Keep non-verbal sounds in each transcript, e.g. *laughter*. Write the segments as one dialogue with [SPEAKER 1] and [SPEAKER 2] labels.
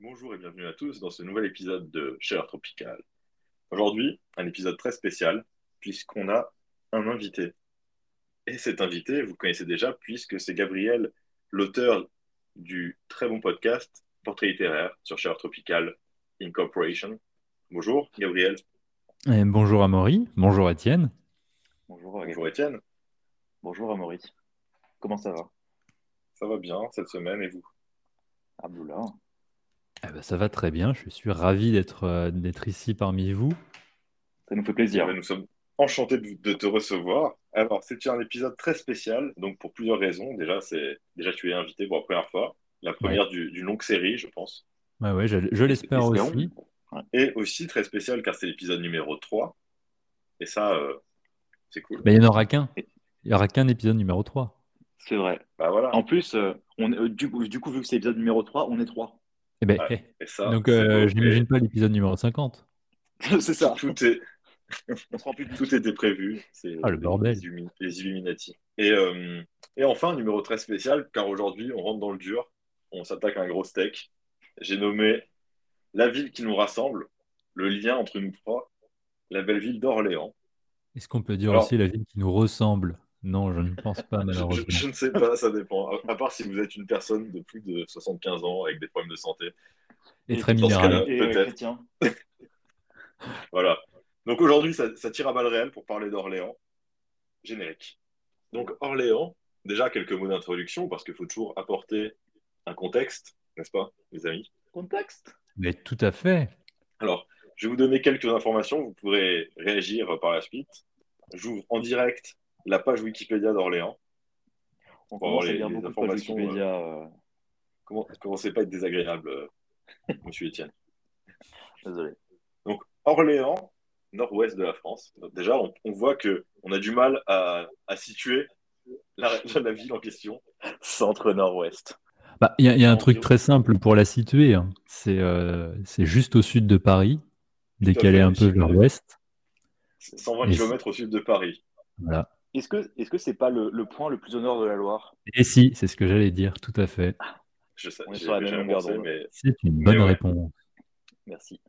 [SPEAKER 1] Bonjour et bienvenue à tous dans ce nouvel épisode de Chaleur Tropicale. Aujourd'hui, un épisode très spécial puisqu'on a un invité. Et cet invité, vous le connaissez déjà puisque c'est Gabriel, l'auteur du très bon podcast Portrait littéraire sur Chaleur Tropicale Incorporation. Bonjour Gabriel.
[SPEAKER 2] Et Eh, bonjour Amaury, bonjour Étienne.
[SPEAKER 3] Bonjour, Gabriel.
[SPEAKER 1] Bonjour Étienne.
[SPEAKER 3] Bonjour Amaury. Comment ça va
[SPEAKER 1] Ça va bien cette semaine et vous
[SPEAKER 3] Ah, Boula.
[SPEAKER 2] Eh ben, ça va très bien, je suis ravi d'être euh, d'être ici parmi vous.
[SPEAKER 3] Ça nous fait plaisir.
[SPEAKER 1] Eh ben, Nous sommes enchantés de, de te recevoir. Alors, c'est un épisode très spécial, donc pour plusieurs raisons. Déjà, c'est déjà tu es invité pour la première fois, la première du- d'une longue série, je pense.
[SPEAKER 2] Ah Ouais, ouais, je, je l'espère
[SPEAKER 3] Espérons.
[SPEAKER 2] aussi.
[SPEAKER 1] Et aussi très spécial car c'est l'épisode numéro 3. Et ça, euh, c'est cool.
[SPEAKER 2] Mais Ben, il n'y en aura qu'un. Il n'y aura qu'un épisode numéro 3.
[SPEAKER 3] C'est vrai.
[SPEAKER 1] Bah voilà.
[SPEAKER 3] En plus, euh, on est- euh, du, coup, du coup, vu que c'est l'épisode numéro 3, on est 3.
[SPEAKER 2] Eh ben,
[SPEAKER 1] Ouais.
[SPEAKER 2] eh,
[SPEAKER 1] Et ça,
[SPEAKER 2] donc,
[SPEAKER 1] c'est
[SPEAKER 2] euh,
[SPEAKER 1] beau.
[SPEAKER 2] je n'imagine pas l'épisode numéro 50.
[SPEAKER 3] *laughs* c'est ça.
[SPEAKER 1] Et Tout est,
[SPEAKER 3] On se rend plus de
[SPEAKER 1] tout était prévu. C'est
[SPEAKER 2] Ah, le bordel.
[SPEAKER 1] Les, Illumi- les Illuminati. Et, euh, et enfin, un numéro très spécial, car aujourd'hui, on rentre dans le dur. On s'attaque à un gros steak. J'ai nommé la ville qui nous rassemble, le lien entre nous trois, la belle ville d'Orléans.
[SPEAKER 2] Est-ce qu'on peut dire
[SPEAKER 1] Alors-
[SPEAKER 2] aussi la ville qui nous ressemble Non, je ne pense pas,
[SPEAKER 1] Je, je-
[SPEAKER 2] malheureusement.
[SPEAKER 1] je ne sais pas, ça dépend. À, à part si vous êtes une personne de plus de 75 ans avec des problèmes de santé.
[SPEAKER 2] Et très
[SPEAKER 1] dans ce
[SPEAKER 2] minérale.
[SPEAKER 1] cas-là,
[SPEAKER 3] Et, euh,
[SPEAKER 1] peut-être.
[SPEAKER 3] chrétien.
[SPEAKER 1] Voilà. Donc aujourd'hui, ça, ça tire à balles réelles pour parler d'Orléans. Générique. Donc Orléans, déjà quelques mots d'introduction, parce qu'il faut toujours apporter un contexte, n'est-ce pas, les amis
[SPEAKER 3] Contexte
[SPEAKER 2] Mais Ben, tout à fait.
[SPEAKER 1] Alors, je vais vous donner quelques informations, vous pourrez réagir par la suite. J'ouvre en direct la page Wikipédia d'Orléans.
[SPEAKER 3] On
[SPEAKER 1] Bon,
[SPEAKER 3] commence à
[SPEAKER 1] les-
[SPEAKER 3] lire
[SPEAKER 1] les
[SPEAKER 3] beaucoup de pages
[SPEAKER 1] informations,
[SPEAKER 3] Wikipédia. euh,
[SPEAKER 1] Comment, commencez pas à être désagréable, euh, *laughs* monsieur Étienne.
[SPEAKER 3] euh, Désolé.
[SPEAKER 1] Donc, Orléans, nord-ouest de la France. Déjà, on, on voit que on a du mal à, à situer la, *laughs* la ville en question. Centre-nord-ouest.
[SPEAKER 2] Bah, Il y, a- il y a un
[SPEAKER 1] Environ.
[SPEAKER 2] truc très simple pour la situer. hein. C'est euh, c'est juste au sud de Paris, décalé
[SPEAKER 1] fait,
[SPEAKER 2] un peu
[SPEAKER 1] je-
[SPEAKER 2] vers l'ouest.
[SPEAKER 1] 120
[SPEAKER 2] Mais
[SPEAKER 1] km au sud de Paris.
[SPEAKER 2] Voilà.
[SPEAKER 3] Est-ce que est-ce que c'est pas le, le point le plus au nord de la Loire
[SPEAKER 2] Et si, c'est ce que j'allais dire, tout à fait.
[SPEAKER 1] Je sais,
[SPEAKER 3] On est
[SPEAKER 1] j'ai
[SPEAKER 3] sur la même
[SPEAKER 1] jamais
[SPEAKER 3] longueur
[SPEAKER 1] pensé,
[SPEAKER 3] d'onde.
[SPEAKER 1] mais
[SPEAKER 2] C'est une
[SPEAKER 1] Mais
[SPEAKER 2] bonne
[SPEAKER 1] ouais.
[SPEAKER 2] réponse.
[SPEAKER 3] Merci.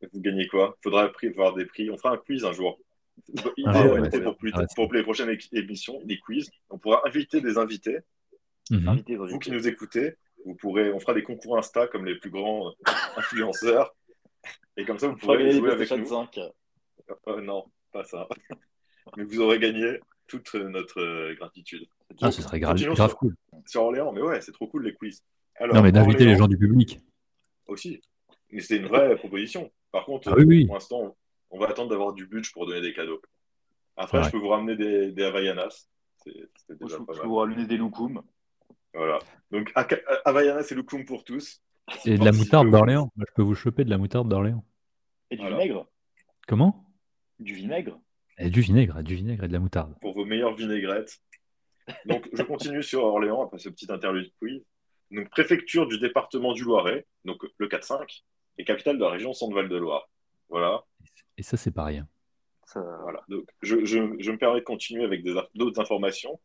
[SPEAKER 1] vous gagnez quoi Faudra pri- voir des prix. On fera un quiz un jour. Idée
[SPEAKER 2] Ah ouais,
[SPEAKER 1] invitée
[SPEAKER 2] ouais,
[SPEAKER 1] pour, plus-
[SPEAKER 2] ouais, ouais.
[SPEAKER 1] pour les prochaines é- émissions, des quiz. On pourra inviter des invités.
[SPEAKER 2] Mhm.
[SPEAKER 3] Invité dans
[SPEAKER 1] Vous
[SPEAKER 3] une-
[SPEAKER 1] qui nous écoutez, vous pourrez, on fera des concours Insta comme les plus grands euh, *laughs* influenceurs. Et comme ça, vous pourrez
[SPEAKER 3] Premier
[SPEAKER 1] jouer avec
[SPEAKER 3] PlayStation
[SPEAKER 1] nous.
[SPEAKER 3] 5.
[SPEAKER 1] Euh, non, pas ça. *laughs* Mais vous aurez gagné toute euh, notre euh, gratitude.
[SPEAKER 2] Ah, ce serait grave,
[SPEAKER 1] Continuons
[SPEAKER 2] grave
[SPEAKER 1] sur-
[SPEAKER 2] cool.
[SPEAKER 1] Sur Orléans, mais ouais, c'est trop cool les quiz. Alors,
[SPEAKER 2] Non, mais d'inviter les
[SPEAKER 1] Orléans
[SPEAKER 2] gens du public.
[SPEAKER 1] Aussi. Mais c'est une vraie proposition. Par contre,
[SPEAKER 2] Ah oui, oui.
[SPEAKER 1] pour l'instant, on va attendre d'avoir du budget pour donner des cadeaux. Après,
[SPEAKER 2] Ouais.
[SPEAKER 1] je peux vous ramener des, des Havaianas. C'est c'est
[SPEAKER 3] Je
[SPEAKER 1] déjà pas
[SPEAKER 3] je
[SPEAKER 1] mal.
[SPEAKER 3] vous ramener des loukoums.
[SPEAKER 1] Voilà. Donc, Aka- Havaianas et Lucum pour tous.
[SPEAKER 2] Et de la
[SPEAKER 1] Participer
[SPEAKER 2] moutarde
[SPEAKER 1] au-
[SPEAKER 2] d'Orléans. Moi, Je peux vous choper de la moutarde d'Orléans.
[SPEAKER 3] Et du
[SPEAKER 1] Voilà.
[SPEAKER 3] vinaigre.
[SPEAKER 2] Comment
[SPEAKER 3] Du vinaigre.
[SPEAKER 2] Et Eh, du vinaigre, du vinaigre et de la moutarde.
[SPEAKER 1] pour vos meilleures vinaigrettes. Donc, je continue sur Orléans après ce petit interlude quiz. Donc, préfecture du département du Loiret, donc le 4-5, et capitale de la région Centre-Val-de-Loire. Voilà,
[SPEAKER 2] Et ça, c'est pas rien.
[SPEAKER 3] Ça-
[SPEAKER 1] voilà. Donc, je, je- je me permets de continuer avec des in- d'autres informations.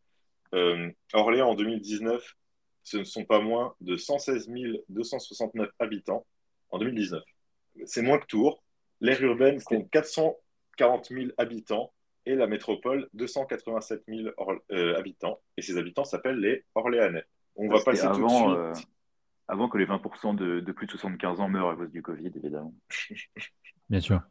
[SPEAKER 1] Euh, Orléans, en 2019, ce ne sont pas moins de 116 269 habitants en 2019. C'est moins que Tours. L'aire urbaine compte 440 000 habitants et la métropole 287 000 Or- euh, habitants. Et ces habitants s'appellent les Orléanais. On va
[SPEAKER 3] C'était
[SPEAKER 1] passer tout de
[SPEAKER 3] avant,
[SPEAKER 1] suite.
[SPEAKER 3] euh, Avant que les 20% de, de plus de 75 ans meurent à cause du Covid, évidemment.
[SPEAKER 2] Bien sûr.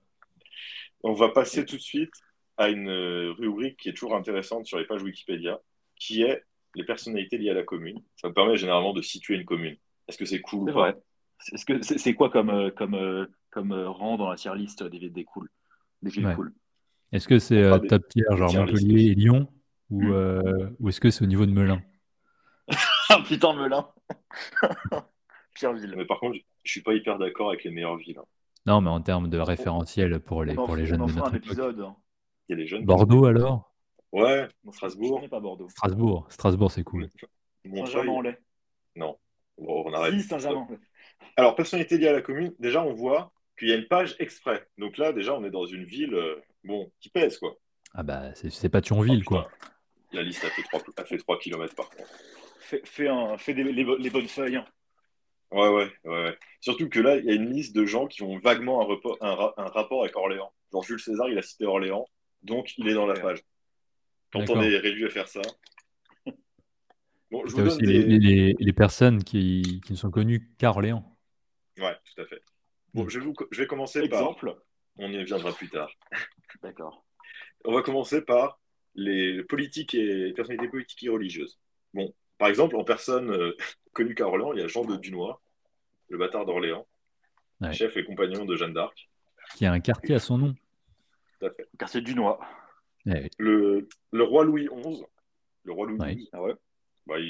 [SPEAKER 1] On va passer tout de suite à une euh, rubrique qui est toujours intéressante sur les pages Wikipédia, qui est les personnalités liées à la commune. Ça nous permet généralement de situer une commune. Est-ce que c'est cool
[SPEAKER 3] C'est
[SPEAKER 1] ou pas
[SPEAKER 3] vrai. C'est ce que- c'est- c'est quoi comme, euh, comme, euh, comme euh, rang dans la tier list des, villes des cools Des villes
[SPEAKER 2] Ouais.
[SPEAKER 3] *laughs* cool.
[SPEAKER 2] Est-ce que c'est
[SPEAKER 1] On fera
[SPEAKER 2] euh,
[SPEAKER 1] des-
[SPEAKER 2] top tier, genre
[SPEAKER 1] tier list.
[SPEAKER 2] Montpellier et Lyon Ou,
[SPEAKER 3] Mm.
[SPEAKER 2] euh, ou est-ce que c'est au niveau de Melun
[SPEAKER 3] Ah putain, Melun *laughs* Pire ville.
[SPEAKER 1] Mais par contre, je suis pas hyper d'accord avec les meilleures villes. hein.
[SPEAKER 2] Non, mais en termes de référentiel pour les,
[SPEAKER 3] on en,
[SPEAKER 2] pour les
[SPEAKER 3] on
[SPEAKER 2] jeunes
[SPEAKER 3] en
[SPEAKER 2] de
[SPEAKER 3] fera
[SPEAKER 2] notre
[SPEAKER 3] un
[SPEAKER 2] époque.
[SPEAKER 3] épisode. hein.
[SPEAKER 1] Il y a les jeunes.
[SPEAKER 2] Bordeaux, alors
[SPEAKER 1] Ouais,
[SPEAKER 3] Bon, je-
[SPEAKER 1] Strasbourg.
[SPEAKER 3] Je connais pas Bordeaux.
[SPEAKER 2] Strasbourg. Strasbourg, c'est cool.
[SPEAKER 1] Montreuil.
[SPEAKER 3] Saint-Germain-en-Laye.
[SPEAKER 1] Bon, on arrête.
[SPEAKER 3] Si, Saint-Germain.
[SPEAKER 1] Alors, personnalité liée à la commune, déjà, on voit qu'il y a une page exprès. Donc là, déjà, on est dans une ville euh, bon, qui pèse, quoi.
[SPEAKER 2] Ah bah, c'est- c'est pas Thionville,
[SPEAKER 1] Ah,
[SPEAKER 2] quoi.
[SPEAKER 1] La liste a fait 3, a fait trois kilomètres par contre.
[SPEAKER 3] Fais, fais un- fais des- les, bo- les bonnes feuilles. hein.
[SPEAKER 1] Ouais, ouais, ouais, ouais. Surtout que là, il y a une liste de gens qui ont vaguement un, repo- un, ra- un rapport avec Orléans. Genre Jules César, il a cité Orléans, donc il est dans la
[SPEAKER 3] Ouais.
[SPEAKER 1] page. Quand
[SPEAKER 2] D'accord.
[SPEAKER 1] on est réduit à faire
[SPEAKER 2] *laughs*
[SPEAKER 1] ça. Bon, je
[SPEAKER 2] T'as
[SPEAKER 1] vous donne
[SPEAKER 2] aussi les,
[SPEAKER 1] des-
[SPEAKER 2] les- les personnes qui, qui ne sont connues qu'à Orléans.
[SPEAKER 1] Ouais, tout à fait. Bon,
[SPEAKER 2] Hmm.
[SPEAKER 1] je vais, vous... je vais commencer par.
[SPEAKER 3] Exemple
[SPEAKER 1] On y reviendra plus tard.
[SPEAKER 3] D'accord.
[SPEAKER 1] On va commencer par les politiques et les personnalités politiques et religieuses. Bon, par exemple, en personne euh, *laughs* connue qu'à Orléans, il y a Jean de Dunois, le bâtard d'Orléans,
[SPEAKER 2] Ouais.
[SPEAKER 1] chef et compagnon de Jeanne d'Arc.
[SPEAKER 2] Qui a un quartier à son nom.
[SPEAKER 3] Car c'est du noix.
[SPEAKER 2] Eh,
[SPEAKER 1] Le, le roi Louis XI, le roi Louis
[SPEAKER 2] Ouais.
[SPEAKER 1] XI,
[SPEAKER 3] Ah ouais
[SPEAKER 1] bah, ils,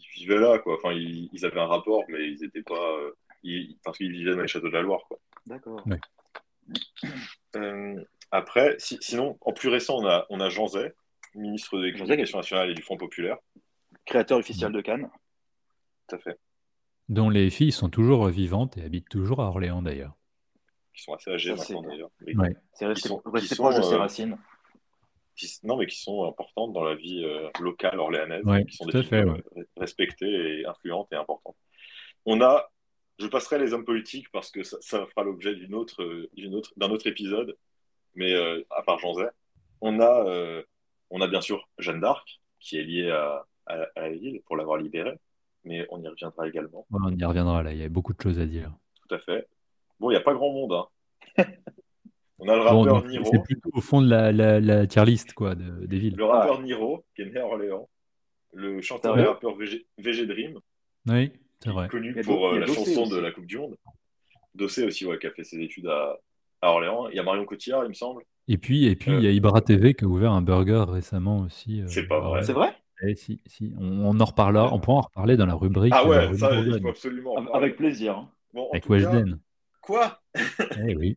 [SPEAKER 1] ils vivaient là, quoi. Enfin, ils, ils avaient un rapport, mais ils n'étaient pas. euh, ils- parce qu'ils vivaient dans les châteaux de la Loire, quoi.
[SPEAKER 3] D'accord.
[SPEAKER 1] Euh, après, si- sinon, en plus récent, on a, on a Jean Zay, ministre des
[SPEAKER 3] Jean Zay.
[SPEAKER 1] Communications nationales et du Front populaire.
[SPEAKER 3] Créateur officiel de Cannes.
[SPEAKER 1] Tout à fait.
[SPEAKER 2] dont les filles sont toujours vivantes et habitent toujours à Orléans d'ailleurs.
[SPEAKER 1] Qui sont assez âgés
[SPEAKER 3] Ça, c'est-
[SPEAKER 1] maintenant, d'ailleurs. Mais
[SPEAKER 2] Ouais.
[SPEAKER 3] C'est resté,
[SPEAKER 1] sont-
[SPEAKER 3] resté
[SPEAKER 1] qui
[SPEAKER 3] proche
[SPEAKER 1] sont,
[SPEAKER 3] de ses
[SPEAKER 1] euh,
[SPEAKER 3] racines.
[SPEAKER 1] qui- non, mais qui sont importantes dans la vie euh, locale orléanaise.
[SPEAKER 2] Ouais,
[SPEAKER 1] qui sont
[SPEAKER 2] tout à fait,
[SPEAKER 1] figures, euh, respectées et influentes et importantes. On a. Je passerai les hommes politiques parce que ça, ça fera l'objet d'une autre, euh, d'une autre, d'un autre épisode. Mais euh, à part Jean Zay, on a, euh, on a bien sûr Jeanne d'Arc qui est liée à, à, à la ville pour l'avoir libérée. Mais on y reviendra également.
[SPEAKER 2] Ouais, on y reviendra là, il y a beaucoup de choses à dire.
[SPEAKER 1] Tout à fait. Bon, il n'y a pas grand monde. hein.
[SPEAKER 2] *laughs*
[SPEAKER 1] On a le
[SPEAKER 2] Bon,
[SPEAKER 1] rappeur
[SPEAKER 2] donc,
[SPEAKER 1] Niro,
[SPEAKER 2] c'est plutôt au fond de la, la, la tier list quoi, de- des villes.
[SPEAKER 1] le rappeur Niro, qui est né à Orléans, le chanteur et
[SPEAKER 3] Sérieux
[SPEAKER 1] rappeur VG, VG Dream,
[SPEAKER 2] Oui, c'est vrai.
[SPEAKER 1] connu
[SPEAKER 3] Il y a
[SPEAKER 1] pour
[SPEAKER 3] Do-
[SPEAKER 1] euh,
[SPEAKER 3] il y a
[SPEAKER 1] la
[SPEAKER 3] Dossé
[SPEAKER 1] chanson
[SPEAKER 3] aussi.
[SPEAKER 1] de la Coupe du Monde. Dossé aussi, ouais, qui a fait ses études à, à Orléans. Il y a Marion Cotillard, il me semble.
[SPEAKER 2] Et puis, et puis, il y a Ibra TV qui a ouvert un burger récemment aussi. euh,
[SPEAKER 1] Euh. C'est pas
[SPEAKER 2] à
[SPEAKER 1] vrai.
[SPEAKER 2] Orléans.
[SPEAKER 3] C'est vrai
[SPEAKER 2] Eh, si, si, on, on en reparlera, on pourra en reparler dans la rubrique.
[SPEAKER 1] Ah
[SPEAKER 2] euh,
[SPEAKER 1] ouais,
[SPEAKER 2] Rue de
[SPEAKER 1] ça, il
[SPEAKER 2] Bourgogne,
[SPEAKER 1] faut absolument. en
[SPEAKER 3] Avec-
[SPEAKER 1] parler.
[SPEAKER 3] Avec plaisir. hein.
[SPEAKER 1] Bon, en
[SPEAKER 2] avec
[SPEAKER 1] tout cas,
[SPEAKER 2] Weshden.
[SPEAKER 1] Quoi
[SPEAKER 2] Eh oui,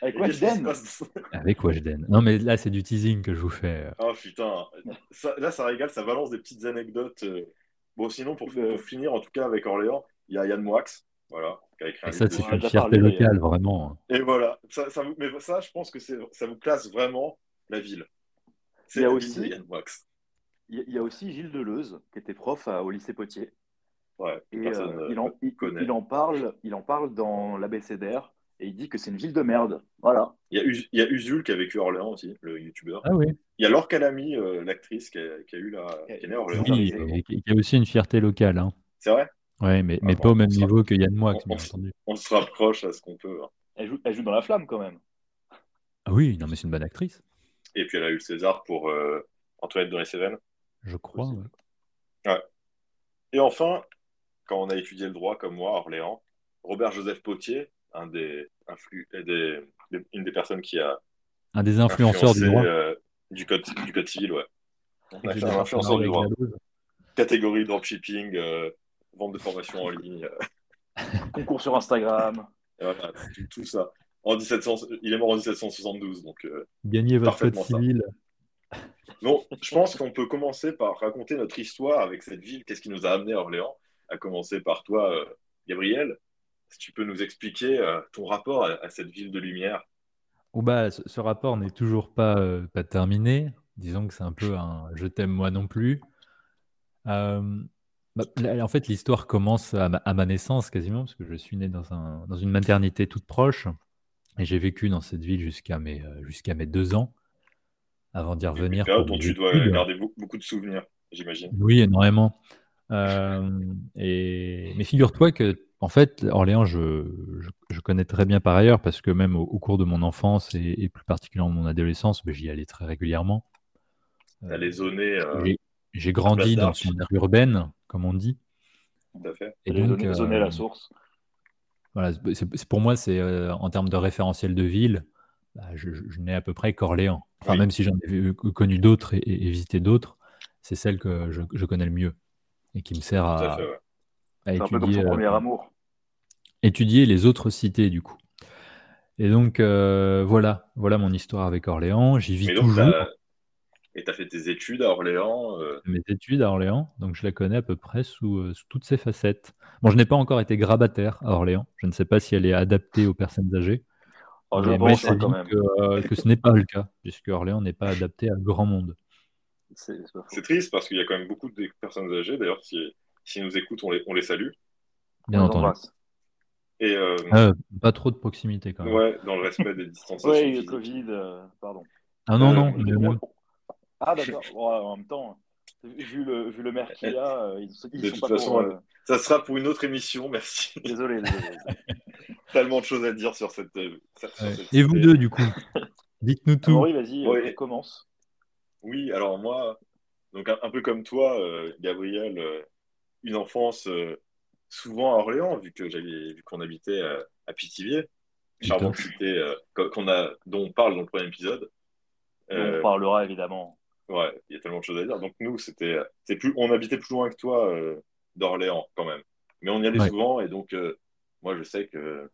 [SPEAKER 3] Avec
[SPEAKER 1] Qu'est-ce qui se
[SPEAKER 3] Weshden
[SPEAKER 1] passe
[SPEAKER 2] avec Weshden. Non, mais là, c'est du teasing que je vous fais. euh.
[SPEAKER 1] Oh putain, Ça- là ça régale, ça balance des petites anecdotes. euh. Bon, sinon, pour,
[SPEAKER 3] Euh.
[SPEAKER 1] pour finir, en tout cas avec Orléans, il y a Yann Moix, voilà, qui a écrit un
[SPEAKER 2] Et ça,
[SPEAKER 1] livre
[SPEAKER 2] c'est
[SPEAKER 1] dessus.
[SPEAKER 3] on a
[SPEAKER 2] une
[SPEAKER 3] déjà
[SPEAKER 2] fierté
[SPEAKER 3] parlé,
[SPEAKER 2] locale, vraiment.
[SPEAKER 1] Et voilà, ça, ça vous, mais ça, je pense que c'est, ça vous classe vraiment la ville. C'est
[SPEAKER 3] Il y a
[SPEAKER 1] la
[SPEAKER 3] aussi-
[SPEAKER 1] ville de Yann Moix.
[SPEAKER 3] Il y a- il y a aussi Gilles Deleuze, qui était prof à- au lycée Potier.
[SPEAKER 1] Ouais,
[SPEAKER 3] Et
[SPEAKER 1] personne,
[SPEAKER 3] euh,
[SPEAKER 1] euh,
[SPEAKER 3] il, en, il,
[SPEAKER 1] connaît.
[SPEAKER 3] il en parle, il en parle dans l'ABCDR et il dit que c'est une ville de merde. Voilà.
[SPEAKER 1] Il y a, Us- il y a Usul qui a vécu à Orléans aussi, le youtubeur.
[SPEAKER 2] Ah oui.
[SPEAKER 1] Il y a Laure Calami, euh, l'actrice qui, a- qui a eu la, qui est née à Orléans.
[SPEAKER 2] Oui,
[SPEAKER 3] c'est
[SPEAKER 2] et qui- qui a aussi une fierté locale. Hein.
[SPEAKER 1] C'est vrai?
[SPEAKER 2] Ouais, mais,
[SPEAKER 1] Ah,
[SPEAKER 2] mais
[SPEAKER 1] bon,
[SPEAKER 2] pas au même
[SPEAKER 1] on sera-
[SPEAKER 2] niveau que Yann Moix,
[SPEAKER 1] on-
[SPEAKER 2] bien
[SPEAKER 1] on-
[SPEAKER 2] entendu.
[SPEAKER 1] On se rapproche à ce qu'on peut. hein.
[SPEAKER 3] Elle joue, elle joue dans la flamme quand même.
[SPEAKER 2] Ah oui, non, mais c'est une bonne actrice,
[SPEAKER 1] Et puis elle a eu le César pour euh, Antoinette de Ré-Séven.
[SPEAKER 2] je crois.
[SPEAKER 3] Possible.
[SPEAKER 2] ouais.
[SPEAKER 1] Et enfin, quand on a étudié le droit comme moi à Orléans, Robert-Joseph Potier, un des influ- euh, des- des- une des personnes qui a
[SPEAKER 2] Un des influenceurs du
[SPEAKER 1] influencé,
[SPEAKER 2] droit.
[SPEAKER 1] euh, du, code, du code civil, ouais. On a
[SPEAKER 2] J'ai
[SPEAKER 1] fait
[SPEAKER 2] des
[SPEAKER 1] un influenceur du
[SPEAKER 2] partenariats
[SPEAKER 1] droit.
[SPEAKER 2] avec la Louvre.
[SPEAKER 1] Catégorie dropshipping, euh, vente de formation en ligne, euh,
[SPEAKER 3] Concours sur Instagram.
[SPEAKER 1] et voilà, tout, tout ça. En 1700, il est mort en 1772, donc... euh,
[SPEAKER 2] Gagnez votre code
[SPEAKER 1] Parfaitement ça.
[SPEAKER 2] civil.
[SPEAKER 1] Bon, je pense qu'on peut commencer par raconter notre histoire avec cette ville. Qu'est-ce qui nous a amené à Orléans? À commencer par toi, euh, Gabriel. Si tu peux nous expliquer euh, ton rapport à, à cette ville de lumière.
[SPEAKER 2] Bon, bah, ce, ce rapport n'est toujours pas, euh, pas terminé. Disons que c'est un peu un je t'aime moi non plus. Euh, bah, là, en fait, l'histoire commence à ma, à ma naissance quasiment, parce que je suis né dans, un- dans une maternité toute proche. Et j'ai vécu dans cette ville jusqu'à mes, euh, jusqu'à mes deux ans, avant d'y
[SPEAKER 1] Une
[SPEAKER 2] revenir.
[SPEAKER 1] période
[SPEAKER 2] pour
[SPEAKER 1] dont
[SPEAKER 2] mes
[SPEAKER 1] tu dois
[SPEAKER 2] études.
[SPEAKER 1] garder beaucoup, beaucoup de souvenirs, j'imagine.
[SPEAKER 2] Oui, énormément. Euh, et... Mais figure-toi que, en fait, Orléans, je, je, je connais très bien par ailleurs, parce que même au, au cours de mon enfance et, et plus particulièrement de mon adolescence, ben, j'y allais très régulièrement.
[SPEAKER 1] T'as
[SPEAKER 2] Euh,
[SPEAKER 1] les zonées, euh,
[SPEAKER 2] j'ai- J'ai grandi
[SPEAKER 1] place
[SPEAKER 2] dans
[SPEAKER 1] d'Arche.
[SPEAKER 2] son aire urbaine, comme on dit.
[SPEAKER 1] tout à fait.
[SPEAKER 2] Et
[SPEAKER 3] Elle est
[SPEAKER 2] donc,
[SPEAKER 3] donnée-
[SPEAKER 2] euh,
[SPEAKER 3] donnée à la source.
[SPEAKER 2] voilà, c'est- c'est- c'est- pour moi, c'est euh, en termes de référentiel de ville, bah, je, je- je n'ai à peu près qu'Orléans. Enfin,
[SPEAKER 1] Oui.
[SPEAKER 2] même si j'en ai vu- euh, connu d'autres et, et- et visité d'autres, c'est celle que je, je connais le mieux et qui me sert
[SPEAKER 1] Tout à
[SPEAKER 2] à,
[SPEAKER 1] fait, ouais.
[SPEAKER 2] à
[SPEAKER 3] C'est un peu comme son
[SPEAKER 2] étudier, euh,
[SPEAKER 3] premier amour.
[SPEAKER 2] étudier les autres cités du coup. Et donc euh, voilà, voilà mon histoire avec Orléans. J'y vis
[SPEAKER 1] Mais donc,
[SPEAKER 2] toujours
[SPEAKER 1] t'as- et t'as fait tes études à Orléans. euh,
[SPEAKER 2] mes études à Orléans, donc je la connais à peu près sous, euh, sous toutes ses facettes. Bon, je n'ai pas encore été grabataire à Orléans. Je ne sais pas si elle est adaptée aux personnes âgées.
[SPEAKER 3] Oh, je
[SPEAKER 2] mais
[SPEAKER 3] pense
[SPEAKER 2] Maëlle
[SPEAKER 3] quand
[SPEAKER 2] a dit
[SPEAKER 3] même.
[SPEAKER 2] Que, euh, que ce n'est pas le cas, puisque Orléans n'est pas adapté à grand monde.
[SPEAKER 3] C'est c'est pas faux.
[SPEAKER 1] C'est triste parce qu'il y a quand même beaucoup de personnes âgées. D'ailleurs, si, si nous écoutent, on les, on les salue.
[SPEAKER 2] Bien
[SPEAKER 3] On les
[SPEAKER 2] entendu.
[SPEAKER 3] embrasse.
[SPEAKER 1] Et euh,
[SPEAKER 2] Euh, pas trop de proximité quand même.
[SPEAKER 1] ouais, dans le respect des distances.
[SPEAKER 3] Ouais, le Covid, euh, pardon.
[SPEAKER 2] Ah non,
[SPEAKER 1] Euh,
[SPEAKER 2] non.
[SPEAKER 3] Le
[SPEAKER 2] mais
[SPEAKER 3] Covid.
[SPEAKER 2] même-
[SPEAKER 3] Ah, d'accord. Bon, en même temps, vu le, vu le maire qu'il y a, euh, ils, sont- ils
[SPEAKER 1] De
[SPEAKER 3] sont
[SPEAKER 1] toute
[SPEAKER 3] pas
[SPEAKER 1] façon,
[SPEAKER 3] pour,
[SPEAKER 1] euh,
[SPEAKER 3] euh,
[SPEAKER 1] Ça sera pour une autre émission. *laughs* Merci.
[SPEAKER 3] Désolé, désolé.
[SPEAKER 1] Tellement de choses à dire sur cette. euh, sur
[SPEAKER 2] ouais.
[SPEAKER 1] cette
[SPEAKER 2] Et vous
[SPEAKER 1] série.
[SPEAKER 2] deux, du
[SPEAKER 3] *laughs*
[SPEAKER 2] coup Dites-nous tout.
[SPEAKER 3] Amaury, vas-y, euh,
[SPEAKER 1] Ouais.
[SPEAKER 3] commence.
[SPEAKER 1] Oui, alors moi, donc un, un peu comme toi, euh, Gabriel, euh, une enfance euh, souvent à Orléans, vu que j'avais, vu qu'on habitait euh, à Pithiviers, charbon chuté, euh, qu'on- qu'on a, dont on parle dans le premier épisode. Euh,
[SPEAKER 3] On parlera évidemment.
[SPEAKER 1] ouais, il y a tellement de choses à dire. Donc nous, c'était, c'est plus, on habitait plus loin que toi euh, d'Orléans quand même, mais on y allait
[SPEAKER 2] Ouais.
[SPEAKER 1] souvent et donc euh, moi je sais que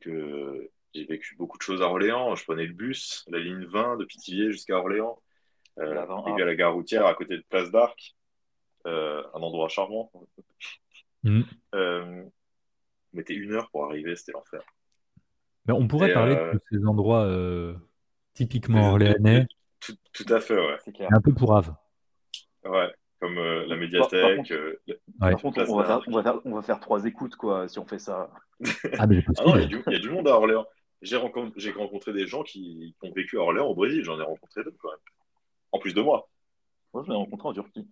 [SPEAKER 1] que j'ai vécu beaucoup de choses à Orléans. Je prenais le bus, la ligne 20 de Pithiviers jusqu'à Orléans. Euh,
[SPEAKER 3] La 20A.
[SPEAKER 1] arrivé à la gare routière à côté de Place d'Arc, euh, un endroit charmant.
[SPEAKER 2] Mhm.
[SPEAKER 1] Euh, on mettait une heure pour arriver, c'était l'enfer.
[SPEAKER 2] Mais on pourrait
[SPEAKER 1] Et,
[SPEAKER 2] parler
[SPEAKER 1] euh,
[SPEAKER 2] de tous ces endroits euh,
[SPEAKER 1] Des-
[SPEAKER 2] typiquement orléanais,
[SPEAKER 1] Tout, tout à fait, ouais.
[SPEAKER 3] C'est clair.
[SPEAKER 2] un peu pourrave.
[SPEAKER 1] ouais. Comme euh, la
[SPEAKER 3] Par- par
[SPEAKER 1] médiathèque.
[SPEAKER 3] contre-
[SPEAKER 1] euh, la-
[SPEAKER 2] Ouais.
[SPEAKER 3] Par contre, on va, faire, on, va faire, on va faire trois écoutes, quoi, si on fait ça.
[SPEAKER 2] Ah,
[SPEAKER 1] Ah non,
[SPEAKER 2] mais c'est
[SPEAKER 1] il y, a
[SPEAKER 2] possible.
[SPEAKER 1] du- il y a du monde à Orléans. J'ai rencontré, j'ai rencontré des gens qui, qui ont vécu à Orléans au Brésil, j'en ai rencontré deux quand même. En plus de moi.
[SPEAKER 3] Moi, je l'ai rencontré en Turquie.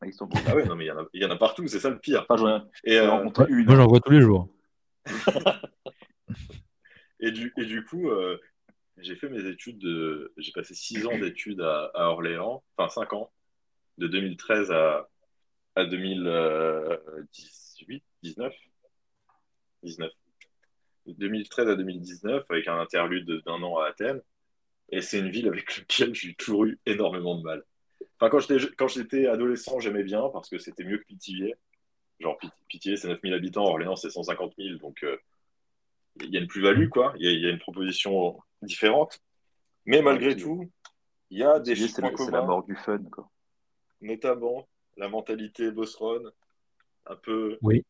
[SPEAKER 3] Avec son
[SPEAKER 1] Ah ouais, non, mais il y en a, il y en a partout, c'est ça le pire.
[SPEAKER 3] Enfin, j'en ai-
[SPEAKER 1] Et,
[SPEAKER 3] j'en ai
[SPEAKER 1] euh,
[SPEAKER 3] rencontré une.
[SPEAKER 2] Moi, j'en vois tous les jours.
[SPEAKER 1] Et du, et du coup, euh, j'ai fait mes études de. J'ai passé six ans d'études à, à Orléans, enfin cinq ans, de 2013 à, à 2018, 19, 19. De 2013 à 2019, avec un interlude d'un an à Athènes. Et c'est une ville avec laquelle j'ai toujours eu énormément de mal. Enfin, quand j'étais, quand j'étais adolescent, j'aimais bien parce que c'était mieux que Pithiviers. Genre, Pit- Pithiviers, c'est 9000 habitants, Orléans, c'est 150 000. Donc, euh, il y a une plus-value, quoi. Il y, a- il y a une proposition différente. Mais malgré tout, il y a des
[SPEAKER 3] C'est
[SPEAKER 1] points
[SPEAKER 3] la, c'est la
[SPEAKER 1] communs,
[SPEAKER 3] mort du fun, quoi.
[SPEAKER 1] notamment la mentalité bosserone, un peu.
[SPEAKER 2] Ouais,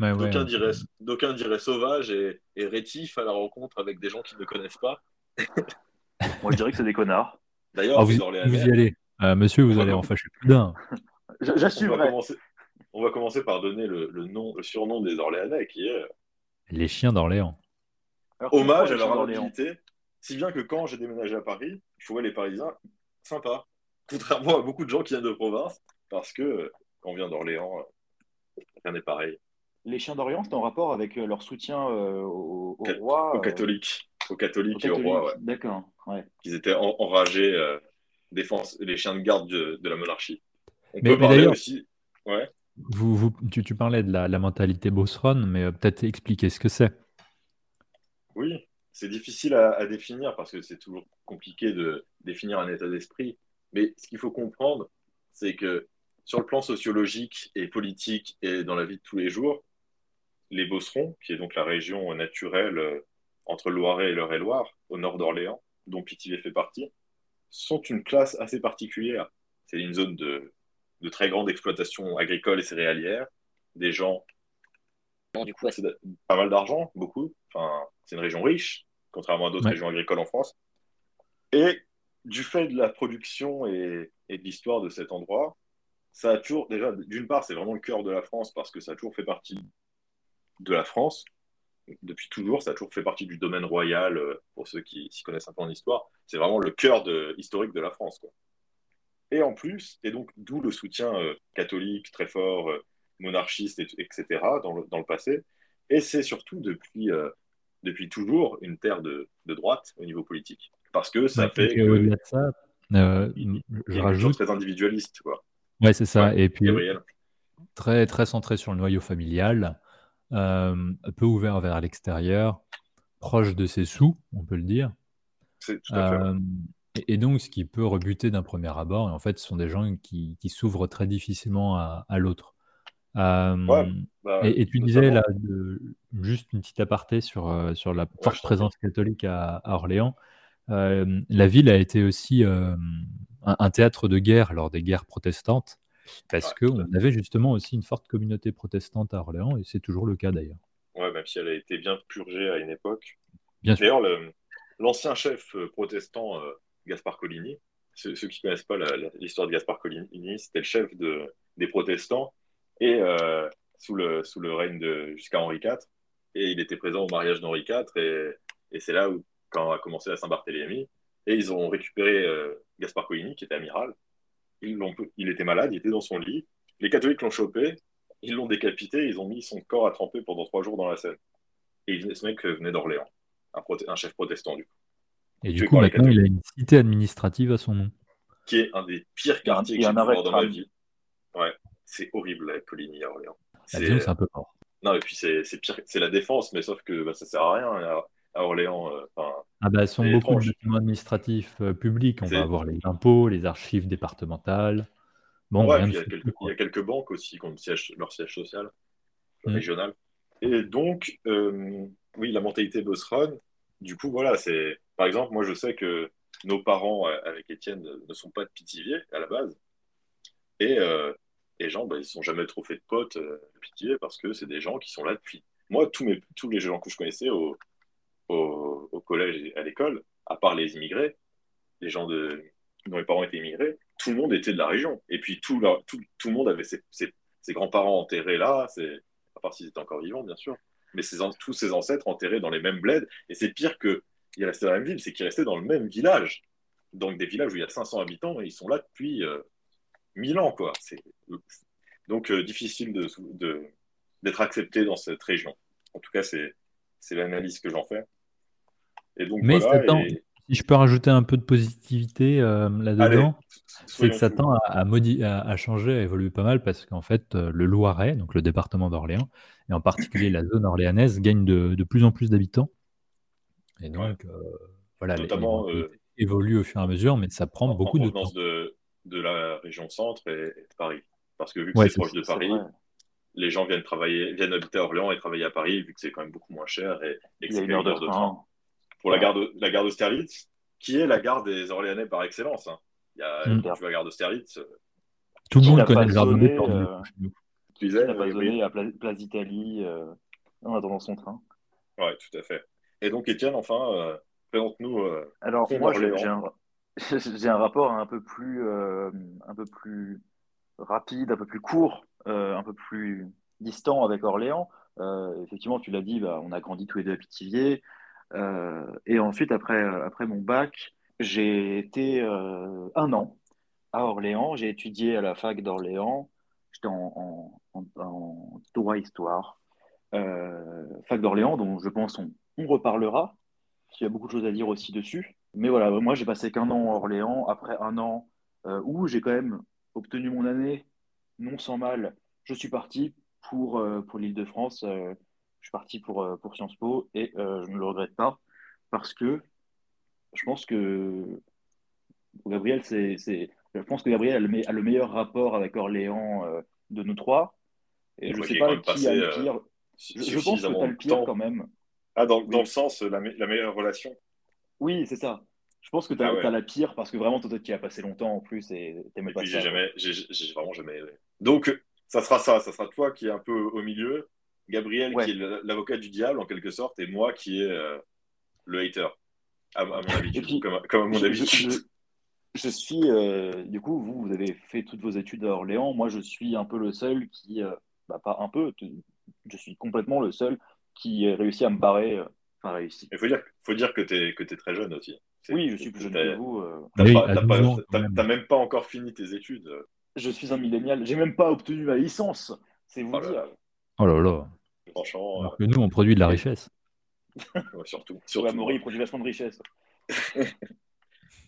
[SPEAKER 2] Ah ouais.
[SPEAKER 1] D'aucuns diraient, d'aucuns diraient sauvage et, et rétif à la rencontre avec des gens qui ne connaissent pas.
[SPEAKER 3] Moi, je dirais que c'est des connards.
[SPEAKER 1] D'ailleurs,
[SPEAKER 2] Ah, vous,
[SPEAKER 1] les
[SPEAKER 2] vous
[SPEAKER 1] Orléanais,
[SPEAKER 2] y allez. Euh, monsieur, vous
[SPEAKER 1] On *laughs*
[SPEAKER 2] allez
[SPEAKER 1] va-
[SPEAKER 2] en fâcher plus d'un.
[SPEAKER 3] J-
[SPEAKER 1] on va,
[SPEAKER 3] J'assumerai.
[SPEAKER 1] commencer, on va commencer par donner le, le nom, le surnom des Orléanais qui est
[SPEAKER 2] Les chiens d'Orléans.
[SPEAKER 3] Alors que
[SPEAKER 1] hommage à
[SPEAKER 3] les gens
[SPEAKER 1] leur
[SPEAKER 3] d'Orléans.
[SPEAKER 1] amabilité. Si bien que quand j'ai déménagé à Paris, je trouvais les Parisiens sympas, contrairement à beaucoup de gens qui viennent de province, parce que euh, quand on vient d'Orléans, euh, rien n'est pareil.
[SPEAKER 3] Les chiens d'Orléans, c'est en rapport avec euh, leur soutien euh, au, au
[SPEAKER 1] Cat-
[SPEAKER 3] roi.
[SPEAKER 1] Aux
[SPEAKER 3] euh,
[SPEAKER 1] catholiques, aux
[SPEAKER 3] au
[SPEAKER 1] catholiques et Ah, aux
[SPEAKER 3] catholique.
[SPEAKER 1] rois, ouais.
[SPEAKER 3] D'accord. Ouais.
[SPEAKER 1] ils étaient en- enragés, euh, défense, les chiens de garde de, de la monarchie. On
[SPEAKER 2] Mais-
[SPEAKER 1] peut
[SPEAKER 2] mais
[SPEAKER 1] parler
[SPEAKER 2] d'ailleurs-
[SPEAKER 1] aussi. Ouais.
[SPEAKER 2] Vous, vous- tu, tu parlais de la, la mentalité bosserone, mais euh, peut-être expliquer ce que c'est.
[SPEAKER 1] Oui, c'est difficile à, à définir parce que c'est toujours compliqué de définir un état d'esprit. Mais ce qu'il faut comprendre, c'est que sur le plan sociologique et politique et dans la vie de tous les jours, les Bosserons, qui est donc la région naturelle euh, entre le Loiret et l'Eure-et-Loire, au nord d'Orléans, dont Pithiviers fait partie, sont une classe assez particulière. C'est une zone de, de très grande exploitation agricole et céréalière, des gens qui ont du coup assez d'a- pas mal d'argent, beaucoup. Enfin, c'est une région riche, contrairement à d'autres
[SPEAKER 2] Ouais.
[SPEAKER 1] régions agricoles en France. Et du fait de la production et, et de l'histoire de cet endroit, ça a toujours, déjà, d'une part, c'est vraiment le cœur de la France parce que ça a toujours fait partie de la France. Depuis toujours, ça a toujours fait partie du domaine royal, euh, pour ceux qui s'y connaissent un peu en histoire. C'est vraiment le cœur de- historique de la France. quoi. Et en plus, et donc d'où le soutien euh, catholique très fort, euh, monarchiste, et- etc., dans le, dans le passé. Et c'est surtout depuis, euh, depuis toujours une terre de, de droite au niveau politique. Parce que ça fait
[SPEAKER 2] Et
[SPEAKER 1] que-
[SPEAKER 2] au-delà de ça, euh,
[SPEAKER 1] Il- il y a
[SPEAKER 2] je
[SPEAKER 1] une culture
[SPEAKER 2] rajoute.
[SPEAKER 1] très individualiste, quoi.
[SPEAKER 2] Ouais, c'est ça. Et puis,
[SPEAKER 1] Gabriel.
[SPEAKER 2] très, très centré sur le noyau familial, euh, peu ouvert vers l'extérieur, proche de ses sous, on peut le dire.
[SPEAKER 1] C'est tout à fait.
[SPEAKER 2] Euh, et- et donc, ce qui peut rebuter d'un premier abord, et en fait, ce sont des gens qui, qui s'ouvrent très difficilement à, à l'autre. Euh,
[SPEAKER 1] Ouais, Bah,
[SPEAKER 2] et, et tu
[SPEAKER 1] notamment-
[SPEAKER 2] disais, là, de- juste une petite aparté sur, euh, sur la
[SPEAKER 1] je
[SPEAKER 2] forte
[SPEAKER 1] t'en
[SPEAKER 2] présence catholique à, à Orléans. Euh, la ville a été aussi euh, un, un théâtre de guerre lors des guerres protestantes, parce
[SPEAKER 1] Ouais.
[SPEAKER 2] qu'on avait justement aussi une forte communauté protestante à Orléans, et c'est toujours le cas d'ailleurs.
[SPEAKER 1] ouais, même si elle a été bien purgée à une époque.
[SPEAKER 2] Bien
[SPEAKER 1] D'ailleurs,
[SPEAKER 2] sûr.
[SPEAKER 1] le- l'ancien chef euh, protestant euh, Gaspard Collini, ceux, ceux qui connaissent pas la- la- l'histoire de Gaspard Collini, c'était le chef de, des protestants. Et euh, sous le, sous le règne de jusqu'à Henri IV. Et il était présent au mariage d'Henri IV. Et, et c'est là où, quand a commencé la Saint-Barthélemy, et ils ont récupéré euh, Gaspard Coligny, qui était amiral. Ils l'ont- il était malade, il était dans son lit. Les catholiques l'ont chopé, ils l'ont décapité, ils ont mis son corps à tremper pendant trois jours dans la Seine. Et il venait- ce mec euh, venait d'Orléans, un, prote- un chef protestant, du coup,
[SPEAKER 2] Et
[SPEAKER 1] Tu
[SPEAKER 2] du coup,
[SPEAKER 1] crois les
[SPEAKER 2] maintenant, il a une cité administrative à son nom.
[SPEAKER 1] qui est un des pires quartiers
[SPEAKER 3] il
[SPEAKER 1] que
[SPEAKER 3] y a
[SPEAKER 1] j'ai
[SPEAKER 3] un
[SPEAKER 1] pu
[SPEAKER 3] arrêt
[SPEAKER 1] voir
[SPEAKER 3] de
[SPEAKER 1] dans ma
[SPEAKER 3] tram.
[SPEAKER 1] vie. Ouais, c'est horrible, la Coligny à Orléans.
[SPEAKER 2] Ah,
[SPEAKER 1] C'est-
[SPEAKER 2] disons que
[SPEAKER 3] hein.
[SPEAKER 2] c'est un peu fort.
[SPEAKER 1] Non, et puis c'est c'est pire, c'est la défense, mais sauf que bah, ça sert à rien à, à Orléans. euh, enfin,
[SPEAKER 2] Ah bah, ce sont
[SPEAKER 1] c'est
[SPEAKER 2] beaucoup
[SPEAKER 1] étrange.
[SPEAKER 2] de documents administratifs euh, publics. On
[SPEAKER 1] C'est-
[SPEAKER 2] va avoir les impôts, les archives départementales. Bon,
[SPEAKER 1] ouais,
[SPEAKER 2] rien
[SPEAKER 1] puis
[SPEAKER 2] de
[SPEAKER 1] il y a
[SPEAKER 2] fou,
[SPEAKER 1] quelques, il
[SPEAKER 2] quoi.
[SPEAKER 1] y a quelques banques aussi qui ont le siège- leur siège social euh,
[SPEAKER 2] Mm.
[SPEAKER 1] régional. Et donc, euh, oui, la mentalité Bosseron, du coup, voilà, c'est. Par exemple, moi, je sais que nos parents, euh, avec Étienne, euh, ne sont pas de Pithiviers à la base. Et euh, les gens, bah, ils ne sont jamais trop fait de potes euh, à Pithiviers parce que c'est des gens qui sont là depuis. Moi, tous, mes, tous les gens que je connaissais au, au, au collège et à l'école, à part les immigrés, les gens de, dont les parents étaient immigrés, tout le monde était de la région. Et puis tout, leur- tout, tout le monde avait ses, ses- ses grands-parents enterrés là, ses- à part s'ils étaient encore vivants, bien sûr. Mais ses an- tous ses ancêtres enterrés dans les mêmes bleds. Et c'est pire qu'ils restaient dans la même ville, c'est qu'ils restaient dans le même village. Donc des villages où il y a 500 habitants et ils sont là depuis euh, 1000 ans, quoi. C'est, donc euh, difficile de, de- d'être accepté dans cette région. En tout cas, c'est, c'est l'analyse que j'en fais. Et donc,
[SPEAKER 2] Mais
[SPEAKER 1] voilà,
[SPEAKER 2] Satan-
[SPEAKER 1] et-
[SPEAKER 2] Si je peux rajouter un peu de positivité euh,
[SPEAKER 1] Allez,
[SPEAKER 2] là-dedans, c'est
[SPEAKER 1] soyons
[SPEAKER 2] que
[SPEAKER 1] fous.
[SPEAKER 2] Satan a, a modi- a- a changé, a évolué pas mal parce qu'en fait, euh, le Loiret, donc le département d'Orléans, et en particulier la zone orléanaise, gagne de, de plus en plus d'habitants. Et donc, euh, voilà, les- les
[SPEAKER 1] Notamment, euh,
[SPEAKER 2] mentalités évoluent au fur et à mesure, mais ça prend
[SPEAKER 1] en,
[SPEAKER 2] beaucoup
[SPEAKER 1] en
[SPEAKER 2] de temps.
[SPEAKER 1] provenance de, de la région centre et, et de Paris. Parce que vu que
[SPEAKER 2] Ouais,
[SPEAKER 1] c'est
[SPEAKER 2] c'est-
[SPEAKER 1] proche de
[SPEAKER 3] C'est
[SPEAKER 1] Paris,
[SPEAKER 3] vrai.
[SPEAKER 1] les gens viennent travailler, viennent habiter à Orléans et travailler à Paris, vu que c'est quand même beaucoup moins cher et, et que
[SPEAKER 3] Il y a
[SPEAKER 1] c'est
[SPEAKER 3] une heure de
[SPEAKER 1] de train.
[SPEAKER 3] train.
[SPEAKER 1] Pour la gare de- la gare d'Austerlitz, qui est la gare des Orléanais par excellence. hein. Il y a,
[SPEAKER 2] Mm.
[SPEAKER 1] Tu vas à la gare d'Austerlitz, euh,
[SPEAKER 2] Tout le
[SPEAKER 3] Qui
[SPEAKER 2] monde
[SPEAKER 3] n'a
[SPEAKER 2] connaît
[SPEAKER 3] pas
[SPEAKER 2] le jardin
[SPEAKER 3] sonné,
[SPEAKER 2] des Plantes du
[SPEAKER 3] euh,
[SPEAKER 2] coup, chez nous.
[SPEAKER 1] tu disais,
[SPEAKER 3] Il n'a pas
[SPEAKER 1] euh,
[SPEAKER 3] donné
[SPEAKER 1] oui,
[SPEAKER 3] à Pla- Place d'Italie euh, en attendant son train.
[SPEAKER 1] ouais, tout à fait. Et donc, Étienne, enfin, euh, présente-nous. euh,
[SPEAKER 3] Alors
[SPEAKER 1] Fond
[SPEAKER 3] moi j'ai
[SPEAKER 1] d'Orléans.
[SPEAKER 3] j'ai un, *laughs* j'ai un rapport un peu plus euh, un peu plus rapide, un peu plus court, euh, un peu plus distant avec Orléans. Euh, effectivement, tu l'as dit, bah, on a grandi tous les deux à Pithiviers. Euh, et ensuite, après, euh, après mon bac, j'ai été euh, un an à Orléans. J'ai étudié à la fac d'Orléans. J'étais en, en, en- en droit histoire. Euh, fac d'Orléans, dont je pense on, on reparlera. parce qu'il y a beaucoup de choses à dire aussi dessus. Mais voilà, moi j'ai passé qu'un an à Orléans. Après un an euh, où j'ai quand même obtenu mon année, non sans mal, je suis parti pour, euh, pour l'Île-de-France. euh, je suis parti pour, euh, pour Sciences Po et euh, je ne le regrette pas parce que je pense que Gabriel, c'est, c'est- je pense que Gabriel a le, me- a le meilleur rapport avec Orléans euh, de nous trois. Et je
[SPEAKER 1] Moi,
[SPEAKER 3] ne sais
[SPEAKER 1] j'ai
[SPEAKER 3] pas
[SPEAKER 1] quand même
[SPEAKER 3] qui a
[SPEAKER 1] passé,
[SPEAKER 3] le
[SPEAKER 1] euh,
[SPEAKER 3] pire. Je, je pense que tu
[SPEAKER 1] suffisamment
[SPEAKER 3] as
[SPEAKER 1] de
[SPEAKER 3] le pire
[SPEAKER 1] temps.
[SPEAKER 3] quand même.
[SPEAKER 1] Ah, dans, dans
[SPEAKER 3] Oui.
[SPEAKER 1] le sens, la, me- la meilleure relation.
[SPEAKER 3] Oui, c'est ça. Je pense que tu as,
[SPEAKER 1] Ah ouais.
[SPEAKER 3] la pire parce que vraiment, toi, tu y as passé longtemps en plus et t'aimais
[SPEAKER 1] Et
[SPEAKER 3] pas
[SPEAKER 1] puis
[SPEAKER 3] ça.
[SPEAKER 1] j'ai jamais, j'ai j'ai vraiment jamais aimé. Donc ça sera ça, ça sera toi qui est un peu au milieu, Gabriel
[SPEAKER 3] Ouais.
[SPEAKER 1] qui est l- l'avocat du diable en quelque sorte, et moi qui est euh, le hater, à, à mon
[SPEAKER 3] Et
[SPEAKER 1] habitude,
[SPEAKER 3] puis,
[SPEAKER 1] comme, à- comme à mon
[SPEAKER 3] Je- je-
[SPEAKER 1] habitude.
[SPEAKER 3] Je, je suis, euh, du coup, vous, vous avez fait toutes vos études à Orléans. Moi, je suis un peu le seul qui, euh, bah, pas un peu, t- je suis complètement le seul qui euh, réussit à me barrer. euh, Enfin, réussi.
[SPEAKER 1] Il faut dire, faut dire que t'es que t'es très jeune aussi. C'est-
[SPEAKER 3] Oui, je suis plus jeune
[SPEAKER 1] t'as-
[SPEAKER 3] que vous. euh.
[SPEAKER 1] T'as
[SPEAKER 2] Oui,
[SPEAKER 1] pas-
[SPEAKER 2] à
[SPEAKER 1] t'as pas-
[SPEAKER 2] 12 ans, quand
[SPEAKER 1] t'as-
[SPEAKER 2] même.
[SPEAKER 1] t'as même pas encore fini tes études. euh,
[SPEAKER 3] Je suis un millénial. J'ai même pas obtenu ma licence. C'est vous
[SPEAKER 1] Oh là
[SPEAKER 3] dire.
[SPEAKER 1] là.
[SPEAKER 2] Oh là là.
[SPEAKER 1] Franchement,
[SPEAKER 2] Alors que nous, on produit de la richesse.
[SPEAKER 1] euh, ouais, surtout,
[SPEAKER 3] Ouais,
[SPEAKER 1] surtout.
[SPEAKER 3] Maury, il produit vachement de richesse.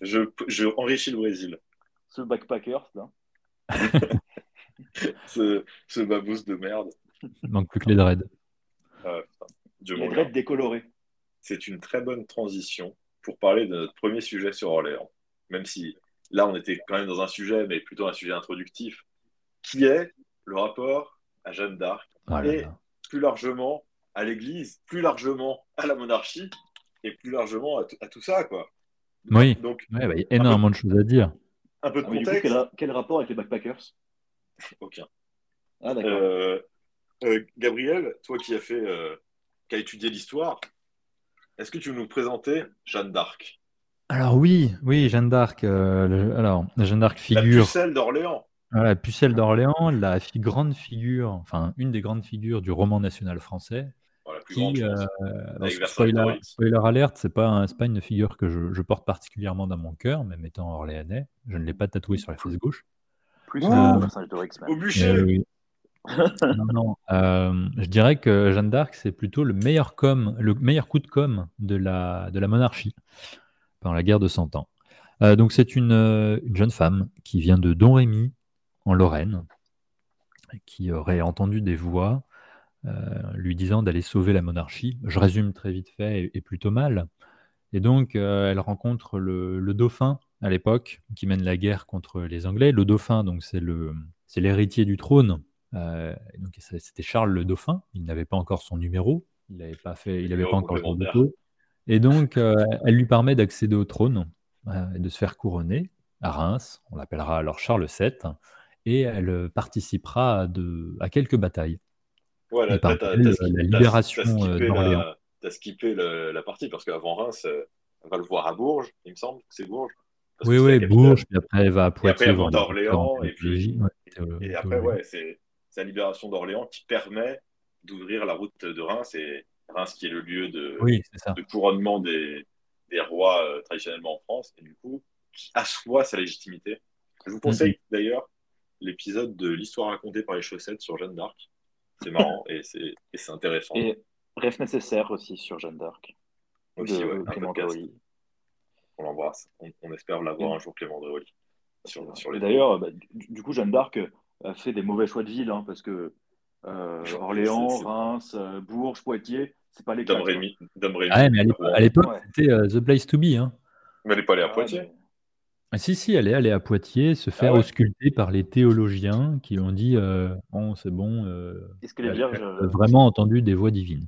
[SPEAKER 1] je, je enrichis le Brésil.
[SPEAKER 3] Ce backpacker, là.
[SPEAKER 1] Ce, ce babousse de merde.
[SPEAKER 2] Il manque plus que les dreads.
[SPEAKER 1] Ah, putain. Dieu
[SPEAKER 3] Les
[SPEAKER 1] m'en
[SPEAKER 3] dreads décolorés.
[SPEAKER 1] c'est une très bonne transition pour parler de notre premier sujet sur Orléans. Même si là, on était quand même dans un sujet, mais plutôt un sujet introductif, qui est le rapport à Jeanne d'Arc,
[SPEAKER 2] Ah là
[SPEAKER 1] Et-
[SPEAKER 2] là.
[SPEAKER 1] plus largement à l'Église, plus largement à la monarchie, et plus largement à, tout- à tout ça, quoi.
[SPEAKER 2] Oui.
[SPEAKER 1] Donc,
[SPEAKER 2] Ouais, bah, il y a énormément de choses à dire.
[SPEAKER 1] un peu de
[SPEAKER 3] Ah, mais du coup,
[SPEAKER 1] contexte,
[SPEAKER 3] quel, ra- quel rapport avec les backpackers?
[SPEAKER 1] aucun.
[SPEAKER 3] Ah, d'accord.
[SPEAKER 1] Euh, euh, Gabriel, toi qui as fait, euh, qui as étudié l'histoire, est-ce que tu veux nous présenter Jeanne d'Arc,
[SPEAKER 2] Alors oui, oui, Jeanne d'Arc. euh, le- alors, Jeanne d'Arc
[SPEAKER 1] la
[SPEAKER 2] figure.
[SPEAKER 1] pucelle d'Orléans
[SPEAKER 2] Voilà, Pucelle d'Orléans, la fi- grande figure, enfin une des grandes figures du roman national français,
[SPEAKER 1] Voilà, la plus grande,
[SPEAKER 2] qui,
[SPEAKER 1] je pense.
[SPEAKER 2] euh, alors,
[SPEAKER 1] Avec
[SPEAKER 2] spoiler,
[SPEAKER 1] Vercingétorix.
[SPEAKER 2] spoiler alert, c'est pas, un- c'est pas une figure que je, je porte particulièrement dans mon cœur, même étant orléanais. Je ne l'ai pas tatoué sur la face gauche.
[SPEAKER 3] Plus
[SPEAKER 1] Oh.
[SPEAKER 3] que le personnage d'Orix,
[SPEAKER 1] Au
[SPEAKER 3] même.
[SPEAKER 1] bûcher
[SPEAKER 2] Eh oui. non, non. euh, je dirais que Jeanne d'Arc, c'est plutôt le meilleur, com, le meilleur coup de com de la, de la monarchie pendant la guerre de Cent Ans. Euh, donc, c'est une, euh, une jeune femme qui vient de Domrémy, en Lorraine, qui aurait entendu des voix euh, lui disant d'aller sauver la monarchie. Je résume très vite fait et, et plutôt mal. Et donc, euh, elle rencontre le, le dauphin à l'époque, qui mène la guerre contre les Anglais. Le dauphin, donc, c'est le, c'est l'héritier du trône. Euh, et donc, ça- c'était Charles le dauphin. Il n'avait pas encore son numéro. Il n'avait pas fait, il n'avait
[SPEAKER 1] Numéro
[SPEAKER 2] pas encore son
[SPEAKER 1] complémentaire.
[SPEAKER 2] veto. Et donc, euh, elle lui permet d'accéder au trône euh, et de se faire couronner à Reims. On l'appellera alors Charles VII. Et elle euh, participera à de, à quelques batailles.
[SPEAKER 1] Voilà,
[SPEAKER 2] Et par
[SPEAKER 1] t'as- t'as-
[SPEAKER 2] rappel,
[SPEAKER 1] t'as-
[SPEAKER 2] la
[SPEAKER 1] t'as-
[SPEAKER 2] libération,
[SPEAKER 1] t'as skippé
[SPEAKER 2] euh,
[SPEAKER 1] la-
[SPEAKER 2] d'Orléans.
[SPEAKER 1] T'as skippé le- la partie parce qu'avant Reims, euh, on va le voir à Bourges, il me semble que c'est Bourges. parce
[SPEAKER 2] Oui,
[SPEAKER 1] que c'est la
[SPEAKER 2] oui,
[SPEAKER 1] capitale.
[SPEAKER 2] Bourges, puis après elle va à Poitiers.
[SPEAKER 1] après, elle
[SPEAKER 2] voir
[SPEAKER 1] monte à
[SPEAKER 2] les
[SPEAKER 1] Orléans,
[SPEAKER 2] différentes
[SPEAKER 1] et puis-
[SPEAKER 2] théologies. Ouais, théo-
[SPEAKER 1] Et après,
[SPEAKER 2] théologie.
[SPEAKER 1] ouais, c'est c'est la libération d'Orléans qui permet d'ouvrir la route de Reims et Reims qui est le lieu de,
[SPEAKER 2] Oui, c'est ça.
[SPEAKER 1] de couronnement des, des rois euh, traditionnellement en France et du coup qui assoit sa légitimité. Je vous conseille
[SPEAKER 3] Mhm.
[SPEAKER 1] d'ailleurs l'épisode de l'histoire racontée par les chaussettes sur Jeanne d'Arc. C'est marrant et c'est et c'est intéressant.
[SPEAKER 3] Et Bref nécessaire aussi sur Jeanne d'Arc.
[SPEAKER 1] Aussi,
[SPEAKER 3] de
[SPEAKER 1] ouais, un
[SPEAKER 3] Clément
[SPEAKER 1] podcast.
[SPEAKER 3] Gaoli.
[SPEAKER 1] On l'embrasse. On, on espère l'avoir un jour, Clément de Roli.
[SPEAKER 3] Ouais.
[SPEAKER 1] Sur, sur les
[SPEAKER 3] Et Mhm. D'ailleurs, bah, du, du coup, Jeanne d'Arc a fait des mauvais choix de ville, hein, parce que euh,
[SPEAKER 1] Je-
[SPEAKER 3] Orléans,
[SPEAKER 1] c'est- c'est-
[SPEAKER 3] Reims, euh, Bourges, Poitiers, c'est pas les
[SPEAKER 1] Dom
[SPEAKER 3] quatre, hein.
[SPEAKER 1] Rémy. Dom Rémy.
[SPEAKER 2] Ah ouais, mais à l'épo- à l'époque,
[SPEAKER 3] Ouais.
[SPEAKER 2] c'était euh, The Place to Be. Hein.
[SPEAKER 1] Mais elle n'est pas allée à
[SPEAKER 3] Ah,
[SPEAKER 1] Poitiers.
[SPEAKER 3] mais-
[SPEAKER 2] Ah, si, si, elle est allée à Poitiers se faire
[SPEAKER 1] Ah ouais.
[SPEAKER 2] ausculter par les théologiens qui ont dit euh, Bon, c'est bon, euh,
[SPEAKER 3] Est-ce que les
[SPEAKER 2] elle-
[SPEAKER 3] Vierges.
[SPEAKER 2] elle a
[SPEAKER 3] euh,
[SPEAKER 2] vraiment entendu des voix divines.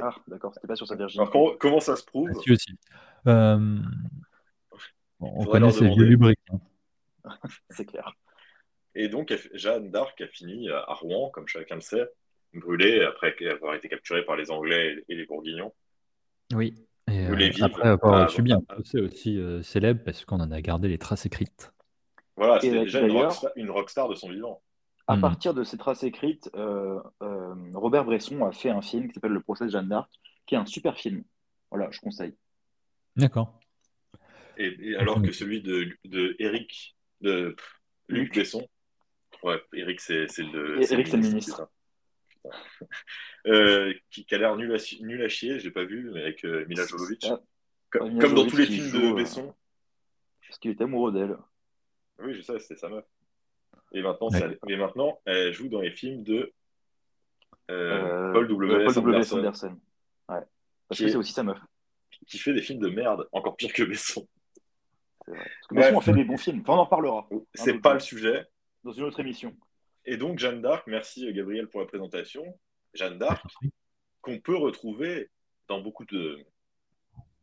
[SPEAKER 3] Ah, d'accord, c'était pas sur sa Virginie.
[SPEAKER 1] Alors, comment, comment ça se
[SPEAKER 2] Ah,
[SPEAKER 1] prouve
[SPEAKER 2] si, aussi. Euh, bon,
[SPEAKER 1] Faudrait
[SPEAKER 2] on connaît
[SPEAKER 1] leur
[SPEAKER 2] ces vieux
[SPEAKER 1] demander.
[SPEAKER 2] lubriques. hein.
[SPEAKER 3] C'est clair.
[SPEAKER 1] Et donc, elle- Jeanne d'Arc a fini euh, à à Rouen, comme chacun le sait, brûlée après avoir été capturée par les Anglais et les Bourguignons.
[SPEAKER 2] Oui. Et, euh,
[SPEAKER 1] Ou les vives.
[SPEAKER 2] après avoir
[SPEAKER 1] Ah,
[SPEAKER 2] subi un
[SPEAKER 1] ah,
[SPEAKER 2] procès aussi euh, célèbre parce qu'on en a gardé les traces écrites.
[SPEAKER 1] Voilà,
[SPEAKER 3] Et
[SPEAKER 1] c'était
[SPEAKER 3] là,
[SPEAKER 1] déjà une
[SPEAKER 3] d'ailleurs-
[SPEAKER 1] rockstar, une rockstar de son vivant.
[SPEAKER 3] À
[SPEAKER 2] Hmm.
[SPEAKER 3] partir de ces traces écrites, euh, euh, Robert Bresson a fait un film qui s'appelle Le procès de Jeanne d'Arc, qui est un super film. Voilà, je conseille.
[SPEAKER 2] D'accord.
[SPEAKER 1] Et, et
[SPEAKER 3] Ah,
[SPEAKER 1] alors
[SPEAKER 2] Mhm.
[SPEAKER 1] que celui de, de Eric, de pff, Luc,
[SPEAKER 3] Luc.
[SPEAKER 1] Besson. Ouais, Eric, c'est c'est le.
[SPEAKER 3] Et- Eric, c'est le
[SPEAKER 1] putain. *laughs* Putain. Euh, qui, qui a l'air nul à, chi- nul à chier, j'ai pas vu, mais avec euh, Mila Jovovich.
[SPEAKER 3] Ah,
[SPEAKER 1] Comme,
[SPEAKER 3] Mila
[SPEAKER 1] comme dans
[SPEAKER 3] Jovovich
[SPEAKER 1] tous les
[SPEAKER 3] qui
[SPEAKER 1] films
[SPEAKER 3] joue,
[SPEAKER 1] de
[SPEAKER 3] euh,
[SPEAKER 1] Besson.
[SPEAKER 3] Parce qu'il était amoureux d'elle.
[SPEAKER 1] Oui, je sais, c'était sa meuf. Et maintenant, c'est-
[SPEAKER 2] D'accord.
[SPEAKER 1] et maintenant, elle joue dans les films de euh,
[SPEAKER 3] Euh,
[SPEAKER 1] Paul W.
[SPEAKER 3] Paul W.
[SPEAKER 1] Anderson,
[SPEAKER 3] Anderson. Ouais. Parce
[SPEAKER 1] Qui
[SPEAKER 3] que
[SPEAKER 1] est-
[SPEAKER 3] c'est aussi sa meuf.
[SPEAKER 1] qui fait des films de merde, encore pire que Besson.
[SPEAKER 3] C'est vrai. Parce que
[SPEAKER 1] Bref.
[SPEAKER 3] Besson a fait des bons films. Enfin, on en reparlera
[SPEAKER 1] C'est
[SPEAKER 3] donc,
[SPEAKER 1] pas
[SPEAKER 3] ouais.
[SPEAKER 1] le sujet.
[SPEAKER 3] dans une autre émission.
[SPEAKER 1] Et donc, Jeanne d'Arc, merci euh, Gabriel pour la présentation. Jeanne d'Arc, qu'on peut retrouver dans beaucoup de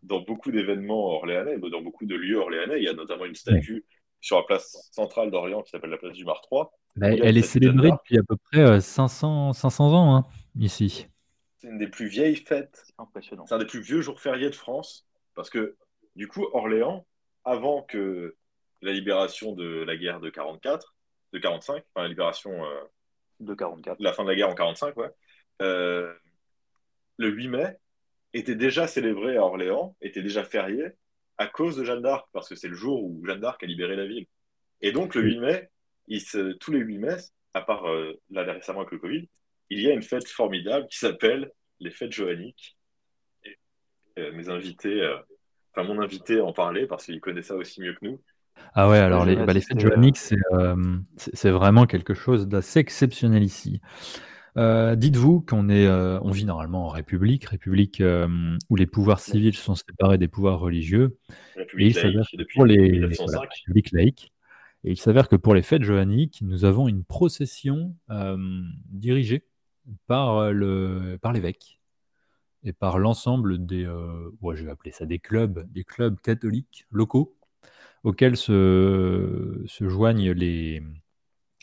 [SPEAKER 1] dans beaucoup d'événements orléanais, dans beaucoup de lieux orléanais. Il y a notamment une statue sur la place centrale d'Orléans qui s'appelle la place du Mar 3.
[SPEAKER 2] Bah,
[SPEAKER 1] Il y a
[SPEAKER 2] elle est
[SPEAKER 1] cette Jeanne
[SPEAKER 2] célébrée
[SPEAKER 1] d'Arc.
[SPEAKER 2] depuis à peu près euh, 500, 500 ans, hein, ici.
[SPEAKER 1] C'est une des plus vieilles fêtes
[SPEAKER 3] C'est impressionnant.
[SPEAKER 1] C'est un des plus vieux jours fériés de France parce que du coup Orléans, avant que la libération de la guerre de 44, de 45, enfin la libération, euh,
[SPEAKER 3] De 44.
[SPEAKER 1] la fin de la guerre en 45, ouais, euh, le 8 mai était déjà célébré à Orléans, était déjà férié à cause de Jeanne d'Arc parce que c'est le jour où Jeanne d'Arc a libéré la ville. Et donc le 8 mai, il se- tous les 8 mai, à part euh, là récemment avec le Covid, il y a une fête formidable qui s'appelle les fêtes joanniques. Et, euh, mes invités, euh, enfin mon invité en parlait parce qu'il connaît ça aussi mieux que nous.
[SPEAKER 2] Ah ouais, alors
[SPEAKER 3] je
[SPEAKER 2] les,
[SPEAKER 3] vais
[SPEAKER 2] bah, les
[SPEAKER 3] assister,
[SPEAKER 2] fêtes
[SPEAKER 3] euh,
[SPEAKER 2] joanniques, c'est euh, c'est- c'est vraiment quelque chose d'assez exceptionnel ici. Euh, Dites-vous qu'on est, euh, on vit normalement en République, République euh, où les pouvoirs civils sont séparés des pouvoirs religieux,
[SPEAKER 1] La
[SPEAKER 2] et il
[SPEAKER 1] République
[SPEAKER 2] s'avère
[SPEAKER 1] laïque
[SPEAKER 2] que
[SPEAKER 1] depuis
[SPEAKER 2] pour les
[SPEAKER 1] 1905.
[SPEAKER 2] voilà, République laïque, et il s'avère que pour les fêtes joanniques, nous avons une procession euh, dirigée par euh, le par l'évêque et par l'ensemble des, euh, ouais, je vais appeler ça des clubs, des clubs catholiques locaux auxquels se, se joignent les,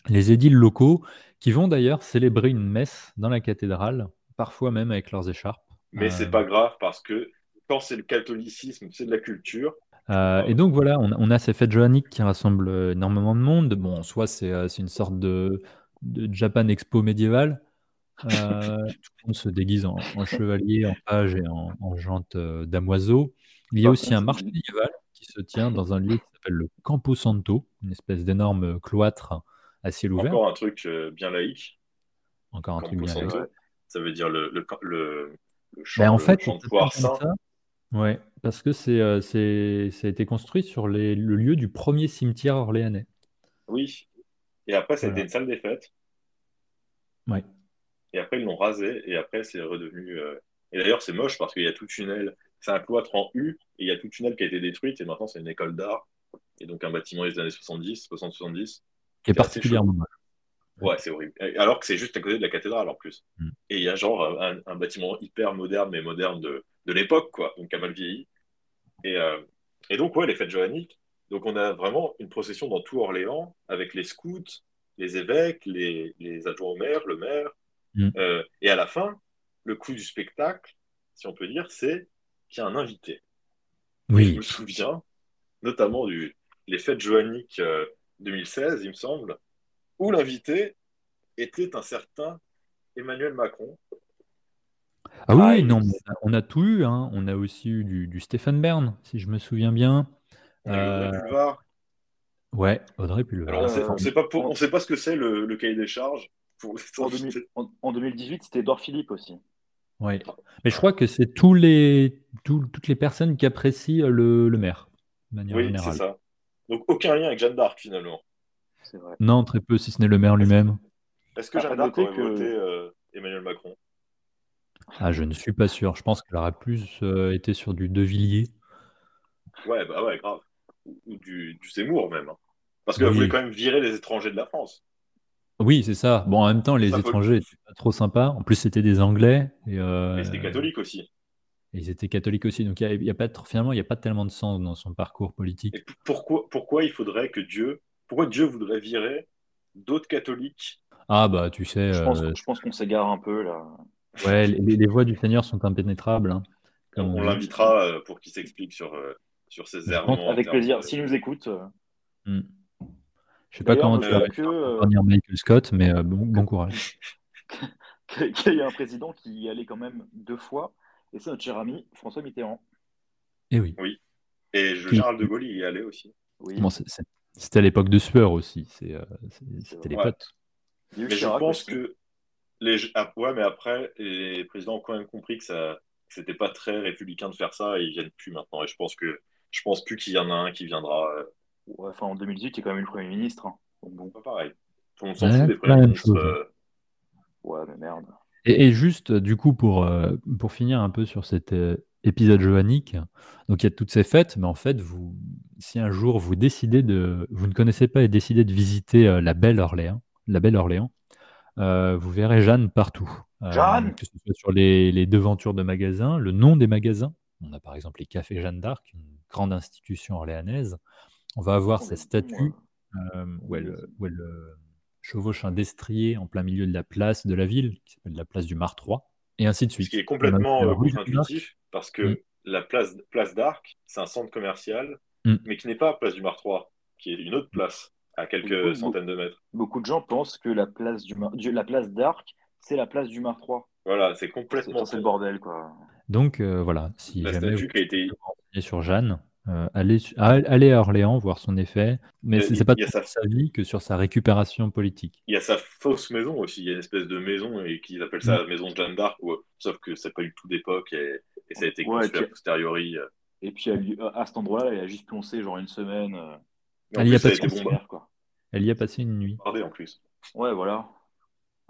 [SPEAKER 2] les édiles locaux qui vont d'ailleurs célébrer une messe dans la cathédrale, parfois même avec leurs écharpes.
[SPEAKER 1] Mais c'est
[SPEAKER 2] Euh,
[SPEAKER 1] pas grave parce que quand c'est le catholicisme, c'est de la culture.
[SPEAKER 2] Euh, et donc voilà, on, a- on a ces fêtes johanniques qui rassemblent euh, énormément de monde. Bon, en soi, c'est euh, c'est une sorte de, de Japan Expo médiévale.
[SPEAKER 1] *laughs*
[SPEAKER 2] Euh, tout le monde se déguise en, en chevalier, en page et en, en jante euh, damoiseau. Il y a
[SPEAKER 3] Par
[SPEAKER 2] aussi
[SPEAKER 3] contre,
[SPEAKER 2] un marché
[SPEAKER 3] il-
[SPEAKER 2] médiéval qui se tient dans un lieu qui s'appelle le Campo Santo, une espèce d'énorme euh, cloître à ciel ouvert.
[SPEAKER 1] Encore un truc euh, bien laïque,
[SPEAKER 2] Encore un truc
[SPEAKER 1] Campo
[SPEAKER 2] bien.
[SPEAKER 1] Santo.
[SPEAKER 3] laïque.
[SPEAKER 1] Ça veut dire le, le, le, le champ,
[SPEAKER 2] Ben, en
[SPEAKER 1] le
[SPEAKER 2] fait,
[SPEAKER 1] champ de
[SPEAKER 2] ça
[SPEAKER 1] poire
[SPEAKER 2] s'appelle comme
[SPEAKER 1] saint.
[SPEAKER 2] ça. Ouais, parce que c'est, euh, c'est, ça a été construit sur les- le lieu du premier cimetière orléanais.
[SPEAKER 1] Oui. Et après, ça a été
[SPEAKER 2] Voilà.
[SPEAKER 1] une salle des fêtes.
[SPEAKER 2] Ouais.
[SPEAKER 1] Et après, ils l'ont rasé. Et après, c'est redevenu. euh, Et d'ailleurs, c'est moche parce qu'il y a toute une aile. C'est un cloître en U. Et il y a toute une aile qui a été détruite. Et maintenant, c'est une école d'art. Et donc, un bâtiment des années 70, 60-70.
[SPEAKER 2] qui est
[SPEAKER 1] C'est assez
[SPEAKER 2] particulièrement moche.
[SPEAKER 1] Ouais, c'est horrible. Et- Alors que c'est juste à côté de la cathédrale en plus.
[SPEAKER 2] Mm.
[SPEAKER 1] Et il y a genre un, un bâtiment hyper moderne, mais moderne de, de l'époque, quoi. Donc, qui a mal vieilli. Et, euh, et donc, ouais, les fêtes johanniques. Donc, on a vraiment une procession dans tout Orléans avec les scouts, les évêques, les, les adjoints au maire, le maire.
[SPEAKER 2] Mm.
[SPEAKER 1] Euh, et à la fin, le clou du spectacle, si on peut dire, c'est qu'il y a un invité. Et je
[SPEAKER 2] Oui,
[SPEAKER 1] me souviens notamment du, les fêtes johanniques euh, 2016, il me semble, où l'invité était un certain Emmanuel Macron.
[SPEAKER 2] Ah
[SPEAKER 1] Ah,
[SPEAKER 2] oui,
[SPEAKER 1] il-
[SPEAKER 2] non, mais on a, on a tout eu. hein. On a aussi eu du, du Stéphane Bern, si je me souviens
[SPEAKER 1] Ah
[SPEAKER 2] bien.
[SPEAKER 1] On a eu Audrey
[SPEAKER 2] Euh,
[SPEAKER 1] Pulvar.
[SPEAKER 2] ouais, Audrey Pulvar.
[SPEAKER 1] Alors, on
[SPEAKER 3] euh,
[SPEAKER 1] sait, ne sait, pas pour-
[SPEAKER 3] on-
[SPEAKER 1] on sait pas ce que c'est le, le cahier des charges pour les
[SPEAKER 3] En,
[SPEAKER 1] invités.
[SPEAKER 3] 2000 en- en 2018, c'était Edouard Philippe aussi.
[SPEAKER 2] Ouais. Mais je crois que c'est tous les, tout- toutes les personnes qui apprécient euh, le, le maire, de manière
[SPEAKER 1] Oui, c'est
[SPEAKER 2] générale.
[SPEAKER 1] ça. Donc, aucun lien avec Jeanne d'Arc, finalement.
[SPEAKER 3] C'est vrai.
[SPEAKER 2] Non, très peu, si ce n'est le
[SPEAKER 1] Ah,
[SPEAKER 2] maire lui-même.
[SPEAKER 1] Est-ce que
[SPEAKER 3] Ah,
[SPEAKER 1] Jeanne
[SPEAKER 3] à
[SPEAKER 1] d'Arc
[SPEAKER 3] noter
[SPEAKER 1] aurait
[SPEAKER 3] que-
[SPEAKER 1] voté euh, Emmanuel Macron
[SPEAKER 2] Ah, je ne suis pas sûr. Je pense qu'elle aura plus euh, été sur du De Villiers.
[SPEAKER 1] Ouais, bah ouais, grave. Ou, ou du, du Zemmour, même. hein. Parce qu'elle
[SPEAKER 2] Oui.
[SPEAKER 1] voulait quand même virer les étrangers de la France.
[SPEAKER 2] Oui, c'est ça. Bon, en même temps, les
[SPEAKER 1] Ça peut-
[SPEAKER 2] étrangers étaient pas trop sympas. En plus, c'était des Anglais. Et, euh,
[SPEAKER 1] Mais c'était catholique aussi.
[SPEAKER 2] et ils étaient catholiques aussi. Donc, il y a, il y a pas trop- finalement, il n'y a pas tellement de sens dans son parcours politique.
[SPEAKER 1] Et p- pourquoi, pourquoi il faudrait que Dieu, pourquoi Dieu voudrait virer d'autres catholiques
[SPEAKER 2] Ah, bah, tu sais,
[SPEAKER 3] Je pense,
[SPEAKER 2] euh,
[SPEAKER 3] je pense qu'on s'égare un peu là.
[SPEAKER 2] Ouais, les, les voies du Seigneur sont impénétrables. hein, comme
[SPEAKER 1] On,
[SPEAKER 2] on
[SPEAKER 1] on
[SPEAKER 2] dit.
[SPEAKER 1] l'invitera euh, pour qu'il s'explique sur, euh, sur ses
[SPEAKER 2] Je
[SPEAKER 1] errements. en
[SPEAKER 3] Avec
[SPEAKER 1] termes
[SPEAKER 3] plaisir.
[SPEAKER 1] de-
[SPEAKER 3] S'il nous écoute, euh,
[SPEAKER 2] Hmm. Je sais pas
[SPEAKER 3] d'ailleurs,
[SPEAKER 2] comment tu vas
[SPEAKER 1] euh,
[SPEAKER 3] notons que, euh, *laughs*
[SPEAKER 2] revenir Michael Scott, mais euh, bon, bon courage.
[SPEAKER 3] qu'il y a un président qui y allait quand même deux fois, et c'est notre cher ami François Mitterrand.
[SPEAKER 2] Et Eh oui,
[SPEAKER 1] Et je-
[SPEAKER 2] Qui-
[SPEAKER 1] Charles de Gaulle y est allé aussi.
[SPEAKER 3] Oui.
[SPEAKER 2] bon, c'est- c'est- c'était à l'époque de Sueur aussi. c'est, euh, c'est- C'était les
[SPEAKER 1] Ouais.
[SPEAKER 2] potes.
[SPEAKER 3] Il y a eu
[SPEAKER 1] Mais je
[SPEAKER 3] Chirac
[SPEAKER 1] pense
[SPEAKER 3] aussi.
[SPEAKER 1] que les ah, ouais, mais après, les présidents ont quand même compris que ça que c'était pas très républicain de faire ça et ils viennent plus maintenant. Et je pense que je pense plus qu'il y en a un qui viendra. euh,
[SPEAKER 3] Ouais, enfin, en 2018, il y a quand même eu le Premier ministre. hein. Donc bon,
[SPEAKER 1] pas pareil. On s'en
[SPEAKER 2] Ouais,
[SPEAKER 1] fout des
[SPEAKER 2] pas
[SPEAKER 1] premiers
[SPEAKER 2] la même
[SPEAKER 1] ministres.
[SPEAKER 2] chose. hein.
[SPEAKER 1] euh,
[SPEAKER 3] ouais, mais merde.
[SPEAKER 2] Et, et juste, euh, du coup, pour, euh, pour finir un peu sur cet euh, épisode johannique, donc il y a toutes ces fêtes, mais en fait, vous, si un jour vous décidez de, vous ne connaissez pas et décidez de visiter euh, la Belle Orléans, la Belle Orléans, euh, vous verrez Jeanne partout. Euh,
[SPEAKER 3] Jeanne
[SPEAKER 2] que ce soit sur les, les devantures de magasins, le nom des magasins. On a par exemple les cafés Jeanne d'Arc, une grande institution orléanaise. On va avoir
[SPEAKER 3] Oh,
[SPEAKER 2] sa
[SPEAKER 3] mais
[SPEAKER 2] statue
[SPEAKER 3] bon,
[SPEAKER 2] euh, où elle, où elle, euh, chevauche un destrier en plein milieu de la place de la ville, qui s'appelle la place du Martroi, et ainsi de
[SPEAKER 1] Ce
[SPEAKER 2] suite.
[SPEAKER 1] qui est
[SPEAKER 2] On a
[SPEAKER 1] complètement
[SPEAKER 2] la
[SPEAKER 1] euh,
[SPEAKER 2] rue Jeanne d'Arc.
[SPEAKER 1] contre-intuitif, parce que
[SPEAKER 2] Mm.
[SPEAKER 1] la place, place d'Arc, c'est un centre commercial,
[SPEAKER 2] Mm.
[SPEAKER 1] mais qui n'est pas place du Mar 3, qui est une autre place, à
[SPEAKER 3] Oui,
[SPEAKER 1] quelques
[SPEAKER 3] oui.
[SPEAKER 1] centaines de mètres.
[SPEAKER 3] Beaucoup de gens pensent que la place du Mar- Dieu, la place d'Arc, c'est la place du Mar 3.
[SPEAKER 1] Voilà, c'est
[SPEAKER 3] C'est
[SPEAKER 1] complètement
[SPEAKER 3] enfin, c'est le bordel, quoi.
[SPEAKER 2] Donc euh, voilà, si
[SPEAKER 1] la
[SPEAKER 2] jamais vous
[SPEAKER 1] statue qui a été.
[SPEAKER 2] allez sur Jeanne, euh, allez, su- ah, allez à Orléans voir son effet, mais
[SPEAKER 1] Euh,
[SPEAKER 2] c'est
[SPEAKER 1] il-
[SPEAKER 2] c'est pas
[SPEAKER 1] il y a
[SPEAKER 2] tant
[SPEAKER 1] ça.
[SPEAKER 2] sur sa vie que sur sa récupération politique.
[SPEAKER 1] Il y a sa fausse maison aussi, il y a une espèce de maison, et qu'ils appellent
[SPEAKER 2] Mm.
[SPEAKER 1] ça la maison de Jeanne d'Arc, ou- sauf que c'est pas du tout d'époque, et, et ça a été
[SPEAKER 3] Ouais,
[SPEAKER 1] construit
[SPEAKER 3] puis-
[SPEAKER 1] a posteriori. euh.
[SPEAKER 3] Et puis, elle lui- à cet endroit-là, elle a juste pioncé genre une semaine. euh,
[SPEAKER 1] Mais en
[SPEAKER 2] Elle Ah, y
[SPEAKER 1] plus,
[SPEAKER 2] a
[SPEAKER 1] ça a
[SPEAKER 2] pas
[SPEAKER 1] été
[SPEAKER 2] de
[SPEAKER 3] en
[SPEAKER 2] bon,
[SPEAKER 1] bomba-
[SPEAKER 3] hiver, quoi.
[SPEAKER 2] Elle y a passé une nuit.
[SPEAKER 1] bombardé en plus.
[SPEAKER 3] Ouais, voilà.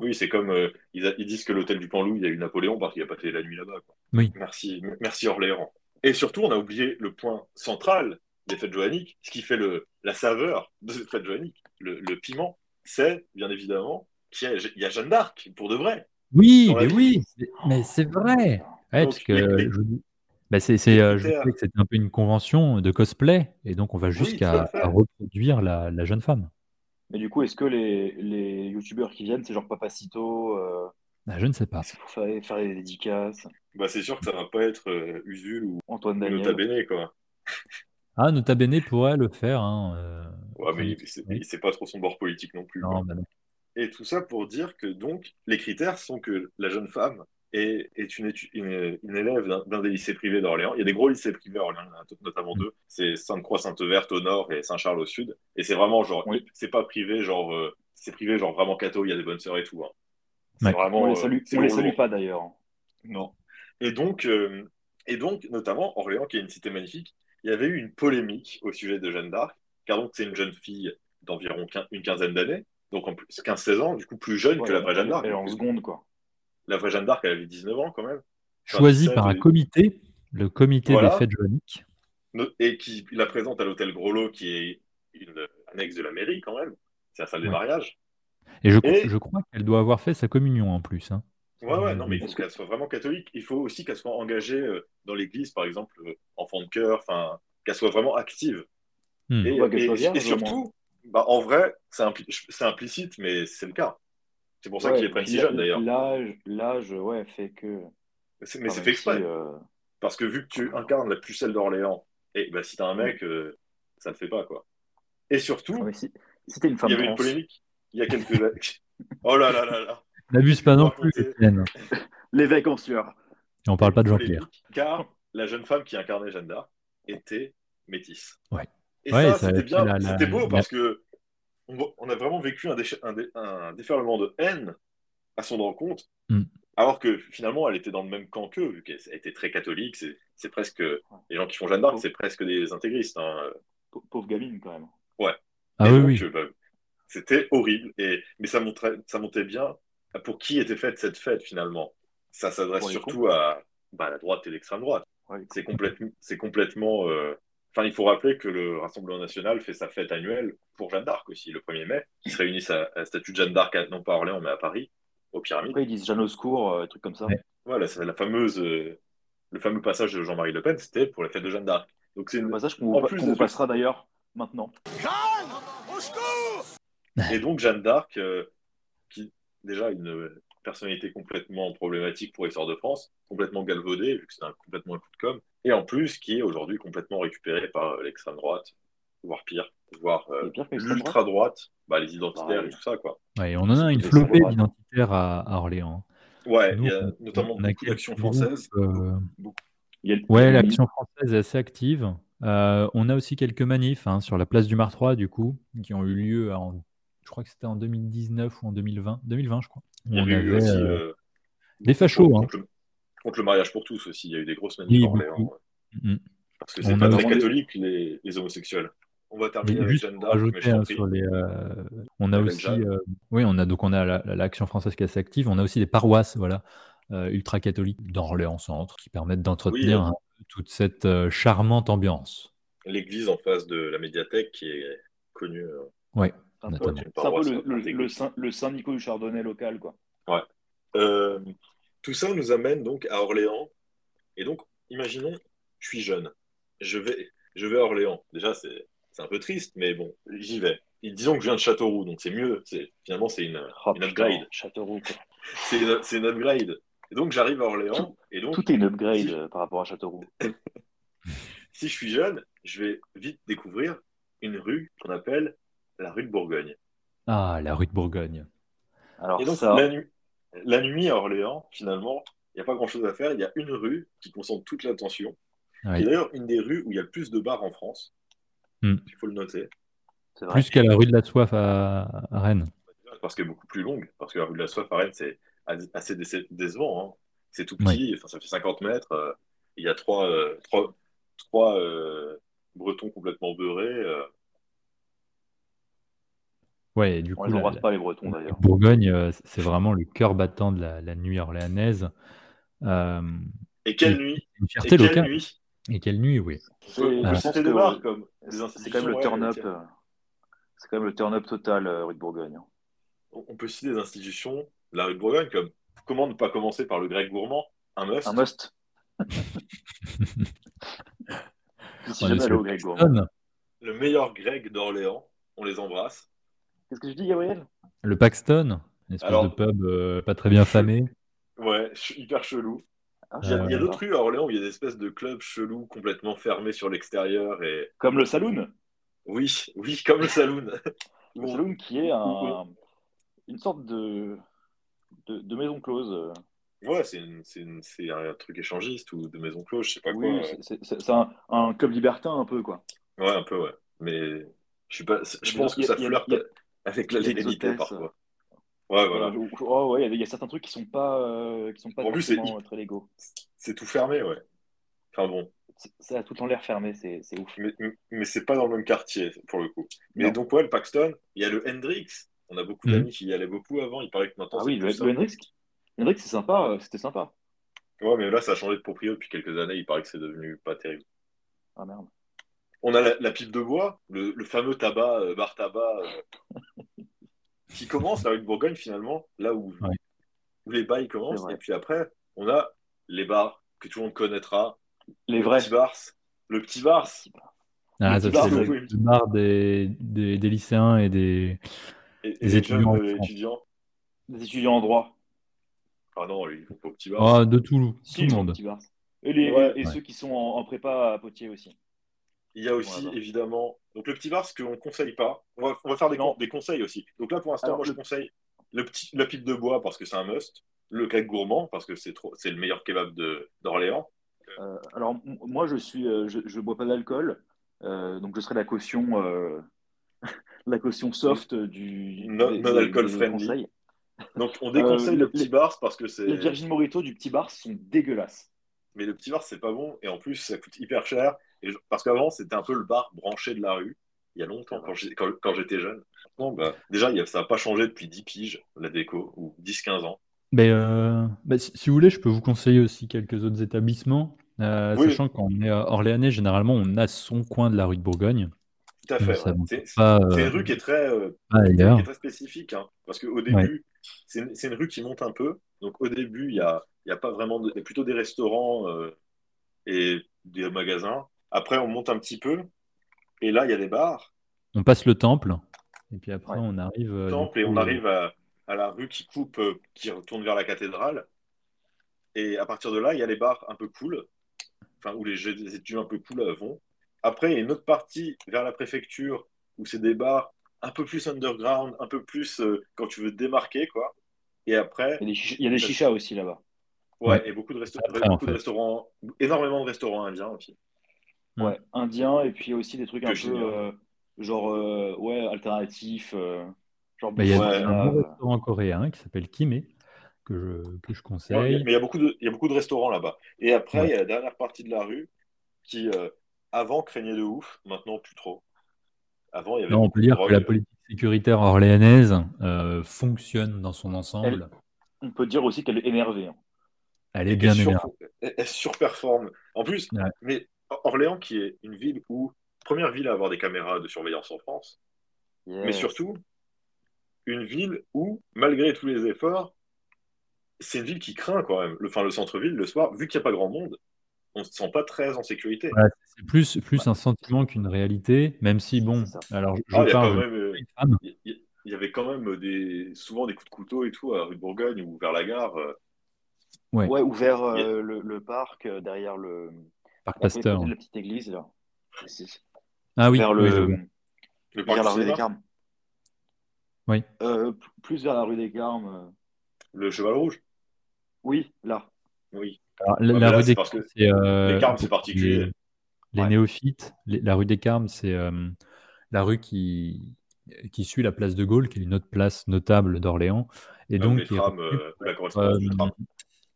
[SPEAKER 1] Oui, c'est comme euh, ils, a- ils disent que l'hôtel du Panlou, il y a eu Napoléon parce qu'il a passé la nuit là-bas. quoi.
[SPEAKER 2] Oui.
[SPEAKER 1] Merci, m- merci Orléans. Et surtout, on a oublié le point central des fêtes johanniques, ce qui fait le, la saveur de cette fête johannique, le, le piment, c'est bien évidemment qu'il y a, il y a Jeanne d'Arc pour de vrai.
[SPEAKER 2] Oui,
[SPEAKER 1] Dans la
[SPEAKER 2] mais
[SPEAKER 1] vie.
[SPEAKER 2] oui, mais- mais c'est vrai. Ouais,
[SPEAKER 1] Donc,
[SPEAKER 2] parce que
[SPEAKER 1] les- les-
[SPEAKER 2] je vous dis- bah, c'est, c'est,
[SPEAKER 1] les
[SPEAKER 2] euh, je vous
[SPEAKER 1] critères.
[SPEAKER 2] disais que c'était un peu une convention de cosplay, et donc on va
[SPEAKER 1] tout
[SPEAKER 2] jusqu'à
[SPEAKER 1] à fait.
[SPEAKER 2] à reproduire la, la jeune femme.
[SPEAKER 3] Mais du coup, est-ce que les, les youtubeurs qui viennent, c'est genre Papacito, euh,
[SPEAKER 2] Bah, je ne sais pas.
[SPEAKER 3] c'est pour faire, faire des dédicaces,
[SPEAKER 1] Bah, c'est sûr que ça va pas être euh, Usul ou
[SPEAKER 3] Antoine
[SPEAKER 1] Nota Bene,
[SPEAKER 3] Daniel.
[SPEAKER 1] quoi.
[SPEAKER 2] Ah, Nota Bene pourrait le faire. hein, euh,
[SPEAKER 1] Ouais, mais
[SPEAKER 2] chronique.
[SPEAKER 1] il sait,
[SPEAKER 2] Oui.
[SPEAKER 1] il sait pas trop son bord politique non plus. quoi.
[SPEAKER 2] Non, bah non.
[SPEAKER 1] Et tout ça pour dire que donc les critères sont que la jeune femme est, est une, étu- une- une élève d'un d'un des lycées privés d'Orléans. Il y a des gros lycées privés à Orléans, il y en a notamment
[SPEAKER 2] Mm.
[SPEAKER 1] deux. C'est Sainte-Croix, Sainte-Verte au nord et Saint-Charles au sud. Et c'est vraiment genre,
[SPEAKER 3] Oui.
[SPEAKER 1] c'est pas privé, genre, euh, c'est privé, genre vraiment catho, il y a des bonnes sœurs et tout. hein. C'est
[SPEAKER 2] Ouais.
[SPEAKER 1] vraiment.
[SPEAKER 3] On les
[SPEAKER 1] euh,
[SPEAKER 3] salue,
[SPEAKER 1] c'est
[SPEAKER 3] on les
[SPEAKER 1] lourd,
[SPEAKER 3] salue
[SPEAKER 1] lourd.
[SPEAKER 3] pas d'ailleurs.
[SPEAKER 1] Non. Et donc, euh, et donc, notamment, Orléans, qui est une cité magnifique, il y avait eu une polémique au sujet de Jeanne d'Arc, car donc c'est une jeune fille d'environ quin- une quinzaine d'années, donc en plus 15-16 ans, du coup plus jeune que la vraie Jeanne d'Arc.
[SPEAKER 3] Elle est en seconde, quoi.
[SPEAKER 1] La vraie Jeanne d'Arc, elle avait 19 ans quand même,
[SPEAKER 2] Choisi
[SPEAKER 1] ça,
[SPEAKER 2] par un
[SPEAKER 1] j'ai-
[SPEAKER 2] comité, le comité
[SPEAKER 1] Voilà.
[SPEAKER 2] des fêtes joniques.
[SPEAKER 1] No- et qui la présente à l'hôtel Groslo, qui est une annexe de la mairie quand même, c'est la salle des
[SPEAKER 2] Ouais.
[SPEAKER 1] mariages.
[SPEAKER 2] Et je,
[SPEAKER 1] Et-
[SPEAKER 2] je crois qu'elle doit avoir fait sa communion en plus. hein.
[SPEAKER 1] Ouais, ouais, non, mais il faut
[SPEAKER 3] Est-ce que-
[SPEAKER 1] qu'elle soit vraiment catholique. Il faut aussi qu'elle soit engagée euh, dans l'église, par exemple, euh, enfant de cœur, enfin, qu'elle soit vraiment active.
[SPEAKER 2] Hmm.
[SPEAKER 1] Et,
[SPEAKER 3] Ouais, qu'elle
[SPEAKER 1] et-
[SPEAKER 3] soit vierge,
[SPEAKER 1] et
[SPEAKER 3] au
[SPEAKER 1] surtout, bah, en vrai, c'est impli- c'est implicite, mais c'est le cas. C'est pour ça
[SPEAKER 3] Ouais,
[SPEAKER 1] qu'ils les prennent
[SPEAKER 3] puis
[SPEAKER 1] si
[SPEAKER 3] la-
[SPEAKER 1] jeunes, d'ailleurs.
[SPEAKER 3] L'âge, l'âge, ouais, fait que.
[SPEAKER 1] C'est- Mais
[SPEAKER 3] enfin,
[SPEAKER 1] c'est fait
[SPEAKER 3] même si,
[SPEAKER 1] exprès.
[SPEAKER 3] euh, ah.
[SPEAKER 1] Parce que vu que tu incarnes la pucelle d'Orléans, et bah, si t'as
[SPEAKER 3] Mm.
[SPEAKER 1] un mec, euh, ça ne fait pas, quoi. Et surtout,
[SPEAKER 3] ouais, Ah, si, si t'es une femme
[SPEAKER 1] il y avait une
[SPEAKER 3] trans,
[SPEAKER 1] polémique il y a quelques années. *laughs* Oh là là là là
[SPEAKER 2] N'abuse pas non plus,
[SPEAKER 1] raconter-
[SPEAKER 2] Étienne.
[SPEAKER 3] l'évêque en sueur.
[SPEAKER 2] Et on parle pas de
[SPEAKER 1] Polémique,
[SPEAKER 2] Jean-Pierre.
[SPEAKER 1] Car la jeune femme qui incarnait Jeanne d'Arc était métisse.
[SPEAKER 2] Ouais.
[SPEAKER 1] Et
[SPEAKER 2] Ouais,
[SPEAKER 1] ça,
[SPEAKER 2] ça
[SPEAKER 1] c'était
[SPEAKER 2] avait
[SPEAKER 1] bien,
[SPEAKER 2] fait la- la-
[SPEAKER 1] c'était beau
[SPEAKER 2] la-
[SPEAKER 1] parce que on, vo- on a vraiment vécu un, décha- un dé- un déferlement de haine à son rencontre,
[SPEAKER 2] Mm.
[SPEAKER 1] alors que finalement, elle était dans le même camp qu'eux, vu qu'elle était très catholique. C'est c'est presque les gens qui font Jeanne d'Arc, c'est presque des intégristes. hein.
[SPEAKER 3] Pau- Pauvre gamine, quand même.
[SPEAKER 2] Ah
[SPEAKER 1] Et
[SPEAKER 2] oui,
[SPEAKER 1] donc,
[SPEAKER 2] oui.
[SPEAKER 1] euh, bah, c'était horrible. Et, mais ça, montrait, ça montait bien pour qui était faite cette fête finalement. Ça s'adresse
[SPEAKER 3] Pour les
[SPEAKER 1] surtout à bah, la droite et l'extrême droite.
[SPEAKER 3] Ouais,
[SPEAKER 1] C'est complètement. C'est complètement euh, Enfin, il faut rappeler que le Rassemblement national fait sa fête annuelle pour Jeanne d'Arc aussi, le 1er mai. Ils se réunissent à, à la statue de Jeanne d'Arc, à- non pas à Orléans, mais à Paris, aux pyramides.
[SPEAKER 3] Après, ils disent Jeanne au secours, euh, trucs comme ça.
[SPEAKER 2] Ouais.
[SPEAKER 1] Voilà, c'est la fameuse, euh, le fameux passage de Jean-Marie Le Pen, c'était pour la fête de Jeanne d'Arc. Donc c'est
[SPEAKER 3] Un
[SPEAKER 1] une,
[SPEAKER 3] passage
[SPEAKER 1] En
[SPEAKER 3] qu'on vous,
[SPEAKER 1] plus
[SPEAKER 3] qu'on
[SPEAKER 1] de
[SPEAKER 3] vous
[SPEAKER 1] ce-
[SPEAKER 3] passera d'ailleurs maintenant.
[SPEAKER 1] Et donc Jeanne d'Arc, euh, qui déjà une personnalité complètement problématique pour l'histoire de France, complètement galvaudée, vu que c'est un, complètement un coup de com', et en plus qui est aujourd'hui complètement récupérée par euh, l'extrême droite, voire pire, voire euh,
[SPEAKER 3] C'est pire que l'extrême droite.
[SPEAKER 1] l'ultra droite, bah, les identitaires
[SPEAKER 3] Pareil.
[SPEAKER 1] et tout ça quoi.
[SPEAKER 2] Ouais, et on en a une
[SPEAKER 3] C'est
[SPEAKER 2] flopée
[SPEAKER 3] sympa.
[SPEAKER 2] d'identitaires à, à Orléans. hein.
[SPEAKER 1] Ouais,
[SPEAKER 2] Nous,
[SPEAKER 1] il y a notamment
[SPEAKER 2] on a
[SPEAKER 1] beaucoup d'actions
[SPEAKER 2] quelques groupes,
[SPEAKER 1] françaises.
[SPEAKER 2] euh,
[SPEAKER 3] Il y a le-
[SPEAKER 2] Ouais, l'action française est assez active. Euh, on a aussi quelques manifs hein, sur la place du Martrois, du coup, qui ont eu lieu, en, je crois que c'était en 2019 ou en 2020, 2020 je crois.
[SPEAKER 1] Il y
[SPEAKER 2] On
[SPEAKER 1] avait eu
[SPEAKER 2] avait,
[SPEAKER 1] aussi
[SPEAKER 2] euh,
[SPEAKER 1] euh,
[SPEAKER 2] des
[SPEAKER 1] beaucoup
[SPEAKER 2] fachos,
[SPEAKER 1] Contre,
[SPEAKER 2] hein.
[SPEAKER 1] contre le, contre le mariage pour tous aussi, il y a eu des grosses manifs
[SPEAKER 2] Oui,
[SPEAKER 1] à Orléans,
[SPEAKER 2] beaucoup.
[SPEAKER 1] ouais.
[SPEAKER 2] mm,
[SPEAKER 1] parce que
[SPEAKER 2] On
[SPEAKER 1] c'est
[SPEAKER 2] a
[SPEAKER 1] pas très
[SPEAKER 3] vraiment-
[SPEAKER 1] catholique les, les homosexuels. On va terminer
[SPEAKER 2] Ju-
[SPEAKER 1] avec
[SPEAKER 2] Juste
[SPEAKER 1] Jeanne
[SPEAKER 2] pour
[SPEAKER 1] d'Arc, mais je
[SPEAKER 2] rajouter
[SPEAKER 1] t'en
[SPEAKER 2] hein,
[SPEAKER 1] prie.
[SPEAKER 2] sur les, euh, on a
[SPEAKER 1] Madame
[SPEAKER 2] aussi,
[SPEAKER 1] Jeanne.
[SPEAKER 2] euh, oui, on a donc on a la- la- l'action française qui est assez active. On a aussi des paroisses, voilà, euh, ultra-catholiques d'Orléans Centre, qui permettent d'entretenir
[SPEAKER 1] Oui,
[SPEAKER 2] un peu toute cette euh, charmante ambiance.
[SPEAKER 1] l'église en face de la médiathèque qui est connue. euh,
[SPEAKER 3] C'est un peu-
[SPEAKER 2] Notamment.
[SPEAKER 1] une
[SPEAKER 3] c'est un peu
[SPEAKER 1] paroisse
[SPEAKER 3] le, le-
[SPEAKER 1] intégrée.
[SPEAKER 3] le Saint- le Saint-Nico du Chardonnay local, quoi.
[SPEAKER 1] Euh, tout ça nous amène donc à Orléans. Et donc, imaginons, je suis jeune. Je vais, je vais à Orléans. Déjà, c'est c'est un peu triste, mais bon, j'y vais. Et disons que je viens de Châteauroux, donc c'est mieux. C'est- Finalement, c'est une,
[SPEAKER 3] Oh,
[SPEAKER 1] une
[SPEAKER 3] putain,
[SPEAKER 1] upgrade.
[SPEAKER 3] Châteauroux, quoi.
[SPEAKER 1] C'est une, c'est une upgrade. Et donc, j'arrive à Orléans. Et donc,
[SPEAKER 3] Tout est une upgrade
[SPEAKER 1] Si-
[SPEAKER 3] euh, par rapport à Châteauroux.
[SPEAKER 1] si je suis jeune, je vais vite découvrir une rue qu'on appelle la rue de Bourgogne.
[SPEAKER 2] Ah, la rue de Bourgogne.
[SPEAKER 3] Alors
[SPEAKER 1] Et donc,
[SPEAKER 3] ça,
[SPEAKER 1] la, nu- la nuit à Orléans, finalement, il n'y a pas grand-chose à faire. Il y a une rue qui concentre toute l'attention.
[SPEAKER 2] Ouais.
[SPEAKER 1] qui est d'ailleurs une des rues où il y a le plus de bars en France.
[SPEAKER 2] Hmm.
[SPEAKER 1] Il faut le noter. Ah,
[SPEAKER 3] c'est vrai.
[SPEAKER 2] Plus qu'à la rue de la Soif à, à Rennes.
[SPEAKER 1] Parce qu'elle est beaucoup plus longue. Parce que la rue de la Soif à Rennes, c'est as- assez déce- décevant. hein. C'est tout petit. enfin, ça fait 50 mètres. euh, il y a trois, euh, trois, trois, euh, Bretons complètement beurrés. euh.
[SPEAKER 2] Ouais, et du
[SPEAKER 3] On
[SPEAKER 2] coup,
[SPEAKER 3] les
[SPEAKER 2] la-
[SPEAKER 3] embrasse pas les Bretons
[SPEAKER 2] la
[SPEAKER 3] d'ailleurs.
[SPEAKER 2] Bourgogne, euh, c'est vraiment le cœur battant de la, la nuit orléanaise. Euh,
[SPEAKER 1] Et quelle
[SPEAKER 2] et-
[SPEAKER 1] nuit
[SPEAKER 2] une
[SPEAKER 1] Et
[SPEAKER 2] fierté
[SPEAKER 1] quelle
[SPEAKER 2] locale.
[SPEAKER 1] nuit
[SPEAKER 2] Et quelle nuit, oui.
[SPEAKER 1] On peut- on peut
[SPEAKER 2] Ah.
[SPEAKER 1] citer des
[SPEAKER 3] que-
[SPEAKER 1] bars comme des
[SPEAKER 3] C'est quand même
[SPEAKER 1] institutions,
[SPEAKER 3] le
[SPEAKER 1] ouais,
[SPEAKER 3] turn-up.
[SPEAKER 1] tiens.
[SPEAKER 3] euh, C'est quand même le turn-up total, euh, rue de Bourgogne. hein.
[SPEAKER 1] on on peut citer des institutions, la rue de Bourgogne, comme comment ne pas commencer par le grec gourmand, un must.
[SPEAKER 3] Un must.
[SPEAKER 2] *laughs*
[SPEAKER 3] Puis si
[SPEAKER 2] On est
[SPEAKER 3] jamais
[SPEAKER 2] sur
[SPEAKER 3] elle est
[SPEAKER 2] le
[SPEAKER 3] au grec gourmand.
[SPEAKER 2] Paxton.
[SPEAKER 1] Le meilleur grec d'Orléans, on les embrasse.
[SPEAKER 3] Qu'est-ce que tu dis, Gabriel
[SPEAKER 2] Le Paxton, une espèce
[SPEAKER 1] Alors-
[SPEAKER 2] de pub euh, pas très bien famé.
[SPEAKER 1] Ouais, ch- hyper chelou.
[SPEAKER 3] Ah,
[SPEAKER 2] Euh,
[SPEAKER 1] Il y a, il y a
[SPEAKER 3] j'adore.
[SPEAKER 1] d'autres rues à Orléans où il y a des espèces de clubs chelous complètement fermés sur l'extérieur. Et...
[SPEAKER 3] Comme le Saloon.
[SPEAKER 1] Oui, oui, comme le
[SPEAKER 3] *laughs*
[SPEAKER 1] saloon.
[SPEAKER 3] Le Saloon qui est un- une sorte de, de, de maison close. euh,
[SPEAKER 1] Ouais, c'est une- c'est une- c'est un truc échangiste ou de maison cloche, je sais pas quoi.
[SPEAKER 3] Oui, c'est- c'est c'est- c'est un, un club libertin un peu quoi.
[SPEAKER 1] Ouais, un peu, ouais. Mais je suis pas, je
[SPEAKER 3] Il y a-
[SPEAKER 1] pense que
[SPEAKER 3] il y a-
[SPEAKER 1] ça
[SPEAKER 3] il y a-
[SPEAKER 1] flirte
[SPEAKER 3] il y a-
[SPEAKER 1] avec la
[SPEAKER 3] il y a des
[SPEAKER 1] légalité
[SPEAKER 3] hôtesses.
[SPEAKER 1] parfois. Ouais, voilà.
[SPEAKER 3] Euh, je- oh, ouais, il y a- il y, a certains trucs qui sont pas euh, qui sont pas
[SPEAKER 1] En plus, c'est
[SPEAKER 3] forcément, euh, très légaux.
[SPEAKER 1] C'est tout fermé, ouais. Enfin bon,
[SPEAKER 3] C'est- Ça a tout en l'air fermé, c'est c'est ouf.
[SPEAKER 1] mais, mais c'est pas dans le même quartier pour le coup. Mais
[SPEAKER 3] Non. Mm.
[SPEAKER 1] donc, ouais, le Paxton, il y a le Hendrix. On a beaucoup
[SPEAKER 2] Mhm.
[SPEAKER 1] d'amis qui y allaient beaucoup avant. Il paraît que maintenant,
[SPEAKER 3] Ah
[SPEAKER 1] c'est
[SPEAKER 3] oui, le,
[SPEAKER 1] plus ça.
[SPEAKER 3] le Hendrix, le Hendrix, c'est sympa, euh, c'était sympa.
[SPEAKER 1] Ouais, mais là, ça a changé de proprio depuis quelques années. Il paraît que c'est devenu pas terrible.
[SPEAKER 3] Ah merde.
[SPEAKER 1] On a la, la pipe de bois, le, le fameux tabac, euh, bar tabac, euh, qui commence la rue de Bourgogne finalement, là où,
[SPEAKER 2] Ouais.
[SPEAKER 1] où les bails
[SPEAKER 3] C'est
[SPEAKER 1] commencent.
[SPEAKER 3] vrai.
[SPEAKER 1] Et puis après, on a les bars que tout le monde connaîtra.
[SPEAKER 3] Les
[SPEAKER 1] Le
[SPEAKER 3] vrais.
[SPEAKER 1] petit bars, le petit bars.
[SPEAKER 2] Ah,
[SPEAKER 3] Le
[SPEAKER 2] ça,
[SPEAKER 3] petit bar
[SPEAKER 2] c'est
[SPEAKER 1] de
[SPEAKER 2] le,
[SPEAKER 1] Queen.
[SPEAKER 2] le bar des, des, des lycéens et des.
[SPEAKER 1] Et, et
[SPEAKER 2] Les
[SPEAKER 1] les
[SPEAKER 2] étudiants,
[SPEAKER 1] jeunes euh,
[SPEAKER 2] ils sont-
[SPEAKER 1] étudiants.
[SPEAKER 3] Des étudiants en droit.
[SPEAKER 1] Ah non, ils vont pas au petit bar.
[SPEAKER 3] Oh,
[SPEAKER 2] Ah, de tout,
[SPEAKER 3] Si,
[SPEAKER 2] tout le
[SPEAKER 3] les
[SPEAKER 2] monde.
[SPEAKER 3] petits bars. Et, les-
[SPEAKER 1] Ouais.
[SPEAKER 3] et
[SPEAKER 2] Ouais.
[SPEAKER 3] ceux qui sont en, en prépa à Potier aussi.
[SPEAKER 1] Il y a aussi
[SPEAKER 3] Ouais, bah.
[SPEAKER 1] évidemment donc le petit bar, ce qu'on ne conseille pas. On va, on va faire des, con- des conseils aussi. Donc là, pour l'instant,
[SPEAKER 3] Alors,
[SPEAKER 1] moi, je
[SPEAKER 3] le-
[SPEAKER 1] conseille le petit, la pipe de bois parce que c'est un must. Le cake gourmand parce que c'est trop, c'est le meilleur kebab de d'Orléans.
[SPEAKER 3] Euh, alors m- moi je suis euh, je, je bois pas d'alcool, euh, donc je serai la caution euh, *laughs* la caution soft du
[SPEAKER 1] Non-
[SPEAKER 3] des-
[SPEAKER 1] non
[SPEAKER 3] des-
[SPEAKER 1] alcool
[SPEAKER 3] des
[SPEAKER 1] friendly.
[SPEAKER 3] conseils.
[SPEAKER 1] Donc on déconseille
[SPEAKER 3] Euh,
[SPEAKER 1] le
[SPEAKER 3] les-
[SPEAKER 1] petit bar parce que c'est
[SPEAKER 3] Les Virgin Morito du petit bar sont dégueulasses.
[SPEAKER 1] mais le petit bar c'est pas bon et en plus ça coûte hyper cher et je- parce qu'avant c'était un peu le bar branché de la rue il y a longtemps quand j'ai- quand quand j'étais jeune. Maintenant, bah, déjà il y a- ça n'a pas changé depuis 10 piges la déco ou 10-15 ans.
[SPEAKER 2] Mais euh, bah, si, si vous voulez, je peux vous conseiller aussi quelques autres établissements. Euh,
[SPEAKER 1] Oui.
[SPEAKER 2] Sachant qu'on est euh, orléanais, généralement, on a son coin de la rue de Bourgogne.
[SPEAKER 1] Tout à
[SPEAKER 2] Donc,
[SPEAKER 1] fait.
[SPEAKER 2] ça
[SPEAKER 1] ouais.
[SPEAKER 2] ne
[SPEAKER 1] C'est-
[SPEAKER 2] va pas,
[SPEAKER 1] C'est une
[SPEAKER 2] euh,
[SPEAKER 1] rue qui est très euh, C'est
[SPEAKER 2] pas
[SPEAKER 1] une rue
[SPEAKER 2] ailleurs.
[SPEAKER 1] qui est très spécifique, hein, parce qu'au début, c'est une, c'est une rue qui monte un peu. Donc au début, il y a, il y a pas vraiment, de- il y a plutôt des restaurants euh, et des magasins. Après, on monte un petit peu, et là, il y a des bars,
[SPEAKER 2] On passe le temple, et puis après,
[SPEAKER 3] Ouais.
[SPEAKER 2] on arrive. euh, du
[SPEAKER 1] temples, et
[SPEAKER 2] coup,
[SPEAKER 1] on
[SPEAKER 2] euh,
[SPEAKER 1] arrive à, à la rue qui coupe, euh, qui retourne vers la cathédrale. Et à partir de là, il y a les bars un peu cool, enfin où les, jeux- les étudiants un peu cool euh, vont. Après, il y a une autre partie vers la préfecture où c'est des bars un peu plus underground, un peu plus euh, quand tu veux te démarquer, quoi. Et après,
[SPEAKER 3] Il y a des chichas, il y a des chichas aussi là-bas.
[SPEAKER 1] ouais,
[SPEAKER 2] Ouais.
[SPEAKER 1] et beaucoup de, resta-
[SPEAKER 2] Après, en
[SPEAKER 1] beaucoup de
[SPEAKER 2] fait.
[SPEAKER 1] restaurants, énormément de restaurants indiens aussi.
[SPEAKER 3] Ouais, indien et puis aussi des trucs un
[SPEAKER 1] Que
[SPEAKER 3] peu
[SPEAKER 1] j'ignore.
[SPEAKER 3] euh, genre euh, ouais alternatifs, euh, genre
[SPEAKER 2] bah, il y a
[SPEAKER 1] Ouais,
[SPEAKER 2] un
[SPEAKER 3] Botswana,
[SPEAKER 2] bon
[SPEAKER 3] euh,
[SPEAKER 2] restaurant coréen qui s'appelle Kimé, que je, que je
[SPEAKER 1] Ouais,
[SPEAKER 2] conseille.
[SPEAKER 1] mais il y a beaucoup de, il y a beaucoup de restaurants là-bas. Et après,
[SPEAKER 2] Ouais.
[SPEAKER 1] il y a la dernière partie de la rue qui, euh, avant, craignait de ouf, maintenant plus trop. Avant, il y avait
[SPEAKER 2] Non, on
[SPEAKER 1] beaucoup
[SPEAKER 2] peut
[SPEAKER 1] de
[SPEAKER 2] dire
[SPEAKER 1] drogue.
[SPEAKER 2] que la politique sécuritaire orléanaise euh, fonctionne dans son ensemble.
[SPEAKER 3] On peut dire aussi qu'elle est énervée. hein.
[SPEAKER 2] Elle, est
[SPEAKER 1] et
[SPEAKER 2] bien
[SPEAKER 1] qu'elle sur-
[SPEAKER 2] énervée.
[SPEAKER 1] elle- elle surperforme. En plus,
[SPEAKER 2] Ouais.
[SPEAKER 1] mais Orléans, qui est une ville où, première ville à avoir des caméras de surveillance en France, mais
[SPEAKER 3] Yes.
[SPEAKER 1] surtout, une ville où, malgré tous les efforts, c'est une ville qui craint quand même. Le, enfin, le centre-ville, le soir, vu qu'il n'y a pas grand monde, on ne se sent pas très en sécurité.
[SPEAKER 2] Ouais, C'est plus, plus un sentiment qu'une réalité, même si, bon,
[SPEAKER 3] C'est ça.
[SPEAKER 2] alors je,
[SPEAKER 1] Ah, il y a
[SPEAKER 2] parle
[SPEAKER 1] quand
[SPEAKER 2] je-
[SPEAKER 1] même, euh,
[SPEAKER 2] des femmes.
[SPEAKER 1] il y- il y avait quand même des, souvent des coups de couteau et tout à la rue de Bourgogne ou vers la gare. euh.
[SPEAKER 2] Ouais.
[SPEAKER 3] Ouais, ouvert euh,
[SPEAKER 1] Il y a-
[SPEAKER 3] le, le parc euh, derrière le
[SPEAKER 2] Parc
[SPEAKER 3] la, petite-
[SPEAKER 2] Pasteur.
[SPEAKER 3] la petite église là. Ici.
[SPEAKER 2] Ah oui,
[SPEAKER 3] vers
[SPEAKER 2] oui, je
[SPEAKER 3] le
[SPEAKER 2] vois.
[SPEAKER 1] Le parc
[SPEAKER 3] vers la
[SPEAKER 1] du
[SPEAKER 3] rue des
[SPEAKER 1] cinéma,
[SPEAKER 3] Carmes.
[SPEAKER 2] Oui.
[SPEAKER 3] Euh, p- plus vers la rue des Carmes. euh.
[SPEAKER 1] le cheval rouge.
[SPEAKER 3] Oui, là.
[SPEAKER 1] Oui.
[SPEAKER 2] Alors, la,
[SPEAKER 1] Ouais,
[SPEAKER 2] la
[SPEAKER 1] mais là,
[SPEAKER 2] rue
[SPEAKER 1] c'est
[SPEAKER 2] des
[SPEAKER 1] parce que
[SPEAKER 2] Carmes, c'est, euh,
[SPEAKER 1] les Carmes, c'est
[SPEAKER 2] pour
[SPEAKER 1] particulier.
[SPEAKER 2] les- Les
[SPEAKER 3] Ouais.
[SPEAKER 2] néophytes, les- la rue des Carmes, c'est euh, la rue qui, qui suit la place de Gaulle, qui est une autre place notable d'Orléans. Et
[SPEAKER 1] Là où
[SPEAKER 2] donc,
[SPEAKER 1] Ah, les
[SPEAKER 2] qui est
[SPEAKER 1] trams,
[SPEAKER 2] reconnue
[SPEAKER 1] euh, la
[SPEAKER 2] pour,
[SPEAKER 1] correspondance du
[SPEAKER 2] euh,
[SPEAKER 1] tram.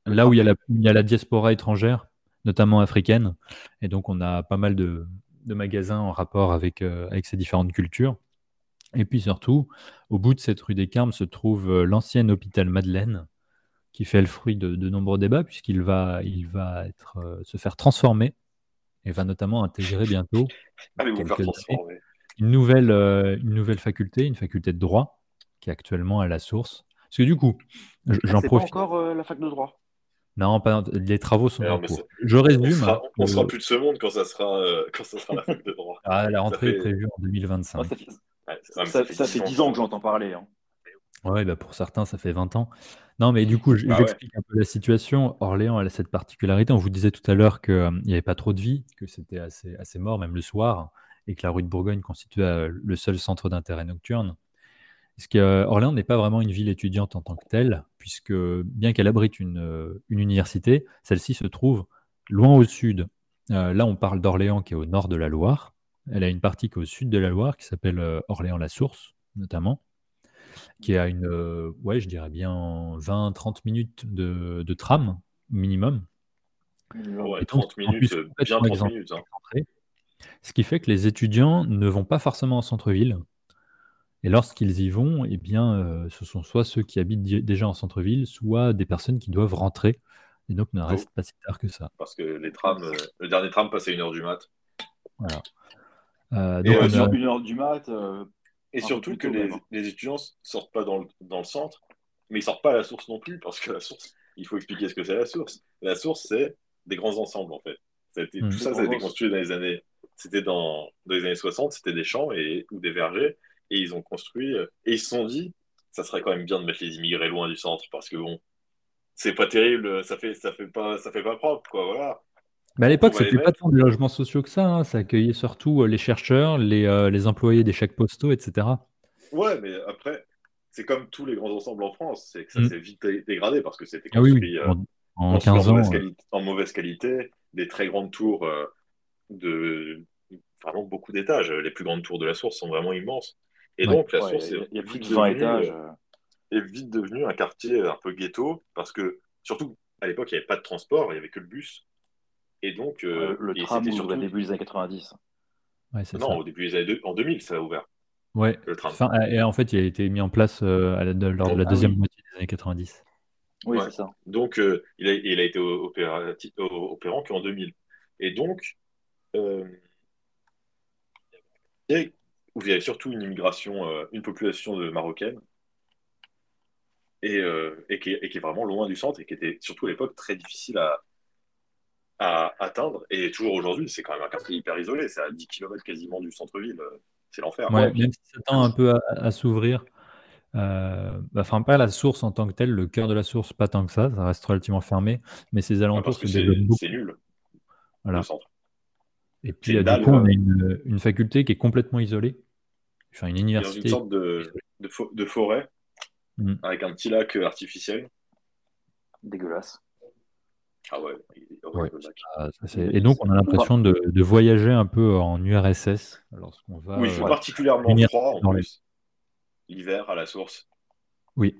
[SPEAKER 2] là où il y, a la, il y a la diaspora étrangère, notamment africaine. Et donc, on a pas mal de, de magasins en rapport avec, euh, avec ces différentes cultures. Et puis surtout, au bout de cette rue des Carmes se trouve euh, l'ancien hôpital Madeleine, qui fait le fruit de, de nombreux débats, puisqu'il va, il va être, euh, se faire transformer et va notamment intégrer bientôt
[SPEAKER 1] Allez Ah, vous faire
[SPEAKER 2] quelques
[SPEAKER 1] transformer.
[SPEAKER 2] une nouvelle, euh, une nouvelle faculté, une faculté de droit, qui est actuellement à la source. Parce que du coup,
[SPEAKER 1] Ah,
[SPEAKER 2] j- j'en
[SPEAKER 3] C'est pas
[SPEAKER 2] profite.
[SPEAKER 3] encore euh, la fac de droit.
[SPEAKER 2] Non, pas- les travaux sont
[SPEAKER 1] Non,
[SPEAKER 2] en
[SPEAKER 1] Euh, mais
[SPEAKER 2] cours.
[SPEAKER 1] ça-
[SPEAKER 2] Je
[SPEAKER 1] On
[SPEAKER 2] résume.
[SPEAKER 1] sera,
[SPEAKER 2] hein,
[SPEAKER 1] on sera
[SPEAKER 2] le-
[SPEAKER 1] plus de ce monde quand ça sera, euh, quand ça sera la fac de droit.
[SPEAKER 2] ah, la rentrée
[SPEAKER 1] fait-
[SPEAKER 2] est prévue en
[SPEAKER 3] Moi,
[SPEAKER 2] 2025.
[SPEAKER 3] Ah, ça, fait,
[SPEAKER 1] Ouais,
[SPEAKER 3] ça, ça fait 10 ans que j'entends parler. hein.
[SPEAKER 2] Ouais, bah pour certains, ça fait 20 ans. Non, mais du coup, je-
[SPEAKER 1] Ah ouais.
[SPEAKER 2] j'explique un peu la situation. Orléans, elle a cette particularité. On vous disait tout à l'heure qu'il n'y avait pas trop de vie, que c'était assez, assez mort, même le soir, et que la rue de Bourgogne constituait euh, le seul centre d'intérêt nocturne. Parce que euh, Orléans n'est pas vraiment une ville étudiante en tant que telle, puisque bien qu'elle abrite une, euh, une université, celle-ci se trouve loin au sud. Euh, là, on parle d'Orléans qui est au nord de la Loire. Elle a une partie qui est au sud de la Loire, qui s'appelle euh, Orléans-la-Source, notamment qui est à une, euh, ouais, je dirais bien 20-30 minutes de, de tram minimum.
[SPEAKER 1] Ouais,
[SPEAKER 2] Et donc,
[SPEAKER 1] 30
[SPEAKER 2] en
[SPEAKER 1] minutes,
[SPEAKER 2] plus,
[SPEAKER 1] euh, bien
[SPEAKER 2] complètement
[SPEAKER 1] 30
[SPEAKER 2] exempté.
[SPEAKER 1] minutes. hein.
[SPEAKER 2] concentré, ce qui fait que les étudiants ne vont pas forcément en centre-ville. Et lorsqu'ils y vont, eh bien, euh, ce sont soit ceux qui habitent di- déjà en centre-ville, soit des personnes qui doivent rentrer et donc ne restent pas si tard que ça.
[SPEAKER 1] Parce que les trams, euh, le dernier tram passe à 1h du mat.
[SPEAKER 2] Euh,
[SPEAKER 1] Et,
[SPEAKER 2] donc,
[SPEAKER 1] euh,
[SPEAKER 2] on a-
[SPEAKER 1] sur-
[SPEAKER 3] Sur une heure du mat, euh,
[SPEAKER 1] Et
[SPEAKER 3] Un
[SPEAKER 1] surtout
[SPEAKER 3] peu
[SPEAKER 1] que
[SPEAKER 3] plus tôt,
[SPEAKER 1] les,
[SPEAKER 3] même. hein.
[SPEAKER 1] les étudiants s- sortent pas dans le, dans le centre, mais ils sortent pas à la source non plus, parce que la source, il faut expliquer ce que c'est la source. La source, c'est des grands ensembles, en fait. Ça a été-
[SPEAKER 2] Mm.
[SPEAKER 1] Tout ça,
[SPEAKER 3] Des
[SPEAKER 1] ça a été
[SPEAKER 3] grands
[SPEAKER 1] construit dans les années... C'était dans, dans les années 60, c'était des champs et, ou des vergers, et ils ont construit... euh, Et ils se sont dit, ça serait quand même bien de mettre les immigrés loin du centre, parce que bon, c'est pas terrible, ça fait, ça fait pas, ça fait pas propre, quoi, voilà.
[SPEAKER 2] Mais à l'époque,
[SPEAKER 1] On va les
[SPEAKER 2] c'était pas
[SPEAKER 1] mettre.
[SPEAKER 2] tant des logements sociaux que ça. hein. Ça accueillait surtout euh, les chercheurs, les, euh, les employés des chèques postaux, etc.
[SPEAKER 1] Ouais, mais après, c'est comme tous les grands ensembles en France, c'est que ça
[SPEAKER 3] Hmm.
[SPEAKER 2] Mm.
[SPEAKER 1] s'est vite dé- dégradé, parce que c'était
[SPEAKER 2] Ah oui,
[SPEAKER 1] construit...
[SPEAKER 2] oui.
[SPEAKER 1] euh,
[SPEAKER 2] En, en
[SPEAKER 1] en,
[SPEAKER 2] 15
[SPEAKER 1] en
[SPEAKER 2] ans.
[SPEAKER 1] mauvaise,
[SPEAKER 2] euh,
[SPEAKER 1] quali- en mauvaise qualité, des très grandes tours euh, de vraiment beaucoup d'étages. Les plus grandes tours de la source sont vraiment immenses. Et
[SPEAKER 2] Ouais.
[SPEAKER 1] donc la
[SPEAKER 3] ouais,
[SPEAKER 1] source
[SPEAKER 3] il y a-
[SPEAKER 1] est,
[SPEAKER 3] il y a plus
[SPEAKER 1] vite
[SPEAKER 3] de 20
[SPEAKER 1] devenue,
[SPEAKER 3] étages.
[SPEAKER 1] euh, est vite devenue un quartier un peu ghetto parce que surtout à l'époque il n'y avait pas de transport, il n'y avait que le bus. Et donc euh,
[SPEAKER 3] euh, le
[SPEAKER 1] et
[SPEAKER 3] tram
[SPEAKER 1] c'était
[SPEAKER 3] ouvre au
[SPEAKER 1] surtout
[SPEAKER 3] début des années 90.
[SPEAKER 2] ouais, c'est ça.
[SPEAKER 1] non au début des années deux- en 2000 ça a ouvert
[SPEAKER 2] Ouais.
[SPEAKER 1] le tram.
[SPEAKER 2] Enfin, euh, et en fait, il a été mis en place euh, à la- de- lors de la
[SPEAKER 1] Ah
[SPEAKER 2] deuxième
[SPEAKER 3] oui.
[SPEAKER 2] moitié des années 90.
[SPEAKER 3] Oui,
[SPEAKER 1] Ouais.
[SPEAKER 3] c'est ça.
[SPEAKER 1] Donc, euh, il, a, il a été o- opérati- o- opérant qu'en 2000. Et donc, euh, et où il y avait surtout une immigration, euh, une population de marocaine, et, euh, et, qui, est- et qui est vraiment loin du centre, et qui était surtout à l'époque très difficile à, à atteindre. Et toujours aujourd'hui, c'est quand même un quartier hyper isolé, c'est à 10 km quasiment du centre-ville, euh, c'est l'enfer.
[SPEAKER 2] Ouais, même si ça tend un peu à, à s'ouvrir. euh, bah, Enfin, pas la source en tant que telle, le cœur de la source, pas tant que ça, ça reste relativement fermé, mais ses
[SPEAKER 1] Enfin,
[SPEAKER 2] alentours
[SPEAKER 1] Ah, parce
[SPEAKER 2] se
[SPEAKER 1] que c'est
[SPEAKER 2] développent beaucoup.
[SPEAKER 1] c'est nul,
[SPEAKER 2] Voilà.
[SPEAKER 1] le centre.
[SPEAKER 2] Et
[SPEAKER 1] c'est
[SPEAKER 2] puis, là,
[SPEAKER 1] dalle,
[SPEAKER 2] du coup, on
[SPEAKER 1] euh.
[SPEAKER 2] a une, une faculté qui est complètement isolée, enfin une
[SPEAKER 1] Il est dans une
[SPEAKER 2] université.
[SPEAKER 1] sorte de, de, fo- de forêt,
[SPEAKER 2] Mm.
[SPEAKER 1] avec un petit lac euh, artificiel.
[SPEAKER 3] Dégueulasse.
[SPEAKER 1] Ah ouais, il est horrible, le lac.
[SPEAKER 2] euh, ça, c'est- Et donc, on a l'impression de, de voyager un peu en URSS lorsqu'on va.
[SPEAKER 1] Où il fait
[SPEAKER 2] euh,
[SPEAKER 1] particulièrement
[SPEAKER 2] lumière
[SPEAKER 1] froid en
[SPEAKER 2] dans les-
[SPEAKER 1] plus. L'hiver à la source,
[SPEAKER 2] Oui.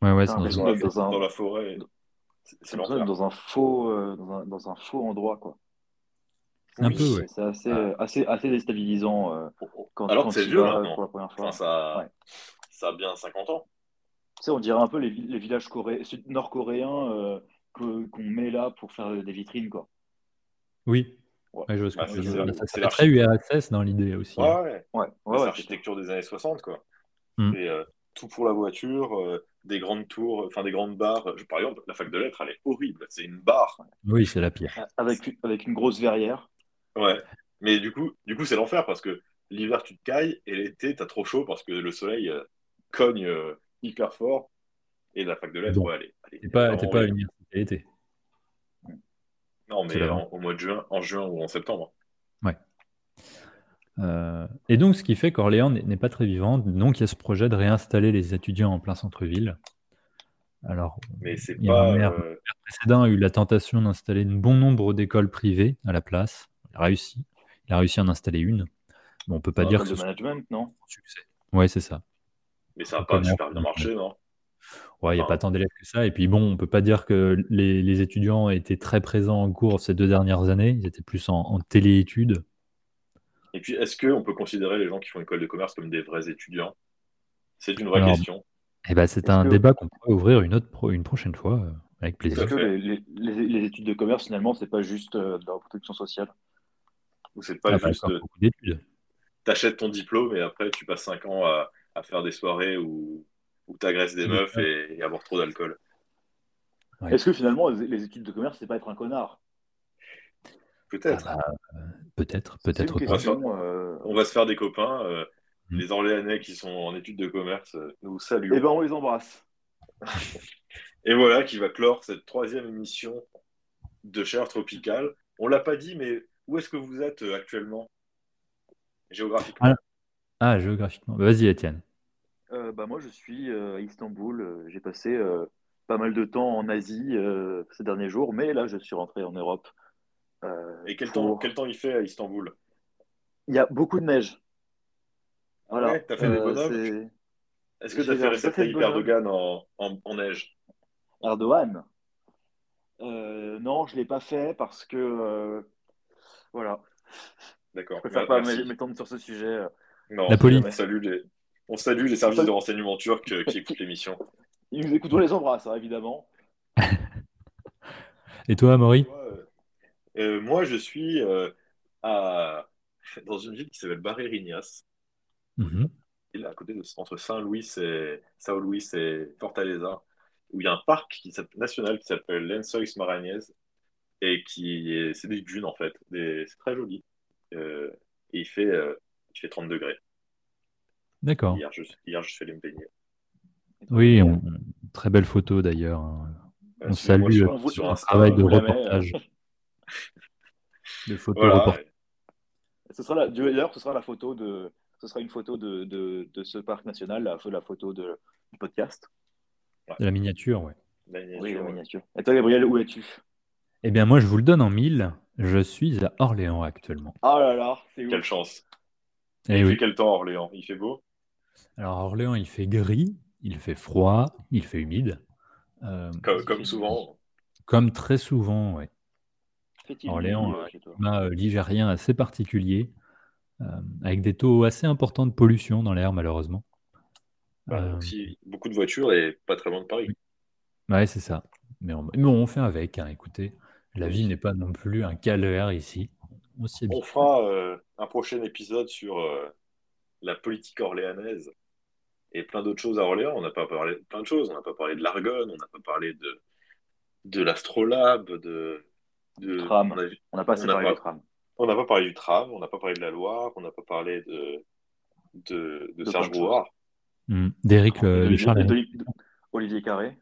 [SPEAKER 2] Ouais, ouais, c'est
[SPEAKER 3] Ah,
[SPEAKER 2] dans
[SPEAKER 3] mais
[SPEAKER 2] une-
[SPEAKER 1] dans la,
[SPEAKER 3] dans
[SPEAKER 1] for-
[SPEAKER 3] un-
[SPEAKER 1] dans la forêt, c'est- c'est
[SPEAKER 3] C'est l'impression
[SPEAKER 1] l'enfer.
[SPEAKER 3] d'être dans un faux, euh, dans, un, dans un faux endroit, quoi.
[SPEAKER 2] un
[SPEAKER 1] Oui.
[SPEAKER 2] peu, ouais.
[SPEAKER 3] C'est- C'est assez,
[SPEAKER 1] Ah.
[SPEAKER 3] euh, assez, assez déstabilisant euh, quand,
[SPEAKER 1] Alors
[SPEAKER 3] quand
[SPEAKER 1] que c'est
[SPEAKER 3] tu
[SPEAKER 1] vieux
[SPEAKER 3] vas
[SPEAKER 1] maintenant.
[SPEAKER 3] pour la première fois.
[SPEAKER 1] Oh, Enfin, ça,
[SPEAKER 3] Ouais.
[SPEAKER 1] ça a bien 50 ans.
[SPEAKER 3] Tu sais, on dirait un peu les, vi- les villages coré- sud- nord-coréens euh, que- qu'on met là pour faire des vitrines, quoi.
[SPEAKER 2] Oui.
[SPEAKER 3] Ouais.
[SPEAKER 2] Ouais, je vois ce que
[SPEAKER 1] Bah,
[SPEAKER 2] tu
[SPEAKER 1] c'est-
[SPEAKER 2] veux
[SPEAKER 1] c'est
[SPEAKER 2] dire.
[SPEAKER 1] la-
[SPEAKER 2] Ça, ça
[SPEAKER 1] c'est
[SPEAKER 2] fait très URSS dans l'idée aussi.
[SPEAKER 1] Ouais,
[SPEAKER 2] hein.
[SPEAKER 1] ouais.
[SPEAKER 3] Ouais, ouais,
[SPEAKER 1] C'est
[SPEAKER 3] ouais,
[SPEAKER 1] l'architecture des années 60, quoi.
[SPEAKER 2] Mm.
[SPEAKER 1] Et, euh, tout pour la voiture, euh, des grandes tours, enfin des grandes barres. Je- par exemple, la fac de lettres, elle est horrible. C'est une barre.
[SPEAKER 2] Oui, c'est la pire.
[SPEAKER 3] putain. avec, avec une grosse verrière.
[SPEAKER 1] Ouais. Mais du coup, du coup, c'est l'enfer parce que l'hiver, tu te cailles et l'été, t'as trop chaud parce que le soleil euh, cogne euh, hyper fort. Et la fac de lettres,
[SPEAKER 2] Donc,
[SPEAKER 1] ouais, elle est- elle est
[SPEAKER 2] T'es pas, t'es
[SPEAKER 1] vraiment
[SPEAKER 2] pas à l'université l'été.
[SPEAKER 1] Non,
[SPEAKER 2] C'est
[SPEAKER 1] mais
[SPEAKER 2] la
[SPEAKER 1] en- au mois de juin, en juin ou en septembre. hein.
[SPEAKER 2] Euh, et donc, ce qui fait qu'Orléans n'est n'est pas très vivante. Donc, il y a ce projet de réinstaller les étudiants en plein centre-ville. Alors,
[SPEAKER 1] Mais c'est
[SPEAKER 2] Il y a un
[SPEAKER 1] pas.
[SPEAKER 2] maire.
[SPEAKER 1] euh,
[SPEAKER 2] le précédent a eu la tentation d'installer un bon nombre d'écoles privées à la place. Il a réussi. Il a réussi à en installer une. Bon, on peut pas
[SPEAKER 1] Ah,
[SPEAKER 2] dire
[SPEAKER 3] comme
[SPEAKER 2] que ce
[SPEAKER 3] de
[SPEAKER 2] soit
[SPEAKER 3] management, non?
[SPEAKER 2] un succès. Ouais, c'est ça.
[SPEAKER 1] Mais ça n'a pas
[SPEAKER 2] Comment-
[SPEAKER 1] super bien marché, non?
[SPEAKER 2] Ouais, il n'y a
[SPEAKER 1] Enfin-
[SPEAKER 2] pas tant d'élèves que ça. Et puis bon, on peut pas dire que les, les étudiants étaient très présents en cours ces deux dernières années. Ils étaient plus en, en téléétudes.
[SPEAKER 1] Et puis, est-ce qu'on peut considérer les gens qui font école de commerce comme des vrais étudiants? C'est une vraie
[SPEAKER 2] Alors,
[SPEAKER 1] question.
[SPEAKER 2] Eh ben, c'est
[SPEAKER 3] Est-ce
[SPEAKER 2] un
[SPEAKER 3] que-
[SPEAKER 2] débat qu'on pourrait ouvrir une, autre pro- une prochaine fois, euh, avec
[SPEAKER 1] Tout
[SPEAKER 2] plaisir.
[SPEAKER 1] à
[SPEAKER 3] Est-ce que
[SPEAKER 1] fait.
[SPEAKER 3] les, les- les- les études de commerce, finalement, c'est pas juste euh, de la protection sociale?
[SPEAKER 1] Ou c'est
[SPEAKER 2] On
[SPEAKER 1] pas
[SPEAKER 2] a pas
[SPEAKER 1] juste
[SPEAKER 2] Ah, bah, encore
[SPEAKER 1] euh,
[SPEAKER 2] beaucoup d'études. Ah,
[SPEAKER 1] t'achètes ton diplôme et après tu passes 5 ans à, à faire des soirées où, où t'agresses des
[SPEAKER 2] Oui, Ah,
[SPEAKER 1] meufs
[SPEAKER 2] ça.
[SPEAKER 1] et, et à boire trop d'alcool.
[SPEAKER 2] Ouais.
[SPEAKER 3] Est-ce que finalement, les, les études de commerce, c'est pas être un connard?
[SPEAKER 1] Peut-être.
[SPEAKER 2] Ah bah, euh, peut-être,
[SPEAKER 3] C'est une
[SPEAKER 2] peut-être pas.
[SPEAKER 3] question, euh,
[SPEAKER 1] On va se faire des copains. euh,
[SPEAKER 2] Mm.
[SPEAKER 1] Les Orléanais qui sont en études de commerce, euh, nous
[SPEAKER 3] Eh
[SPEAKER 1] saluons.
[SPEAKER 3] ben, on les embrasse.
[SPEAKER 1] Et voilà qui va clore cette troisième émission de Chaleur Tropicale. On l'a pas dit, mais où est-ce que vous êtes euh, actuellement géographiquement
[SPEAKER 2] Ah, géographiquement. Bah, Vas-y, Étienne.
[SPEAKER 3] Euh, bah, moi, je suis euh, à Istanbul. Euh, J'ai passé euh, pas mal de temps en Asie euh, ces derniers jours, mais là, je suis rentré en Europe. euh,
[SPEAKER 1] Et quel, temps,
[SPEAKER 3] pour-
[SPEAKER 1] quel temps il fait à Istanbul
[SPEAKER 3] Il y a beaucoup de neige. Voilà.
[SPEAKER 1] Ouais, t'as fait des bonhommes
[SPEAKER 3] euh, c'est
[SPEAKER 1] Est-ce que
[SPEAKER 3] J'ai
[SPEAKER 1] tu as fait
[SPEAKER 3] fait
[SPEAKER 1] réciter
[SPEAKER 3] le
[SPEAKER 1] Tayyip
[SPEAKER 3] bonhomme.
[SPEAKER 1] Erdogan en, en, en neige
[SPEAKER 3] Erdogan. Euh, non, je l'ai pas fait parce que euh, voilà,
[SPEAKER 1] D'accord.
[SPEAKER 3] je
[SPEAKER 1] Bah,
[SPEAKER 3] préfère pas
[SPEAKER 1] merci.
[SPEAKER 3] m'é- m'étendre sur ce sujet.
[SPEAKER 1] Non,
[SPEAKER 2] La police.
[SPEAKER 1] On salue les, on salue les services de renseignement turcs euh, qui écoutent l'émission.
[SPEAKER 3] Ils nous écoutent, on les embrasse, hein, évidemment.
[SPEAKER 2] Et toi, Amaury
[SPEAKER 1] Moi, euh, euh, moi, je suis euh, à, dans une ville qui s'appelle Barreirinhas,
[SPEAKER 2] Mhm.
[SPEAKER 1] ville à côté de, entre Saint-Louis et São Luís et Fortaleza, où il y a un parc qui s'appelle- national qui s'appelle Lençóis Maranhães et qui est, c'est des dunes en fait, des- c'est très joli. Euh, et il fait, euh, il fait 30 degrés.
[SPEAKER 2] D'accord.
[SPEAKER 1] Hier, je, hier, je suis allé me baigner.
[SPEAKER 2] Oui, on- on- très belle photo d'ailleurs. hein.
[SPEAKER 1] Euh,
[SPEAKER 2] On
[SPEAKER 1] suivez-moi
[SPEAKER 2] salue
[SPEAKER 1] sur- hein.
[SPEAKER 3] euh,
[SPEAKER 1] sur
[SPEAKER 2] Un
[SPEAKER 1] Insta.
[SPEAKER 2] travail de
[SPEAKER 3] vous la met,
[SPEAKER 2] reportage. *laughs* De photo
[SPEAKER 1] hein. Voilà.
[SPEAKER 2] reportage.
[SPEAKER 3] Ce sera la- d'ailleurs, ce sera la photo de, ce sera une photo de, de, de ce parc national, la, la photo de, du podcast.
[SPEAKER 2] La miniature, ouais.
[SPEAKER 1] Magnifique.
[SPEAKER 3] Oui, la miniature. Et toi, Gabriel, où es-tu?
[SPEAKER 2] Eh bien, moi, je vous le donne en mille. Je suis à Orléans actuellement.
[SPEAKER 3] Ah là là, c'est
[SPEAKER 1] Quelle
[SPEAKER 3] ouf.
[SPEAKER 1] chance.
[SPEAKER 2] Eh
[SPEAKER 1] Il fait
[SPEAKER 2] oui.
[SPEAKER 1] quel temps, Orléans? Il fait beau?
[SPEAKER 2] Alors, à Orléans, il fait gris, il fait froid, il fait humide. Euh,
[SPEAKER 1] Comme, comme souvent.
[SPEAKER 2] Comme très souvent, ouais.
[SPEAKER 3] Fait-il
[SPEAKER 2] Orléans,
[SPEAKER 3] nuit,
[SPEAKER 2] euh,
[SPEAKER 3] chez toi
[SPEAKER 2] Un climat, euh, ligérien assez particulier, euh, avec des taux assez importants de pollution dans l'air, malheureusement.
[SPEAKER 1] Bah,
[SPEAKER 2] Euh,
[SPEAKER 1] donc, si, beaucoup de voitures et pas très loin de Paris.
[SPEAKER 2] ouais, c'est ça. Mais on, mais on fait avec, hein, écoutez. La
[SPEAKER 1] Oui.
[SPEAKER 2] vie n'est pas non plus un calvaire ici. On s'y
[SPEAKER 1] On
[SPEAKER 2] habitue.
[SPEAKER 1] fera euh, un prochain épisode sur euh, la politique orléanaise et plein d'autres choses à Orléans. On n'a pas parlé de plein de choses. On n'a pas parlé de l'Argonne, on n'a pas parlé de, de l'Astrolabe, de, de-
[SPEAKER 3] Tram.
[SPEAKER 1] on a vu-
[SPEAKER 3] On n'a pas
[SPEAKER 1] On
[SPEAKER 3] assez
[SPEAKER 1] n'a
[SPEAKER 3] parlé
[SPEAKER 1] pas-
[SPEAKER 3] de tram.
[SPEAKER 1] on n'a pas parlé du tram, on n'a pas parlé de la Loire, on n'a pas parlé de, de, de
[SPEAKER 3] De
[SPEAKER 1] Serge
[SPEAKER 3] plein de choses.
[SPEAKER 1] Brouard,
[SPEAKER 3] Oh.
[SPEAKER 2] Hum, D'Éric euh, de
[SPEAKER 3] D'Olivier-
[SPEAKER 2] Charles.
[SPEAKER 3] d'Oli- Olivier Carré.
[SPEAKER 1] de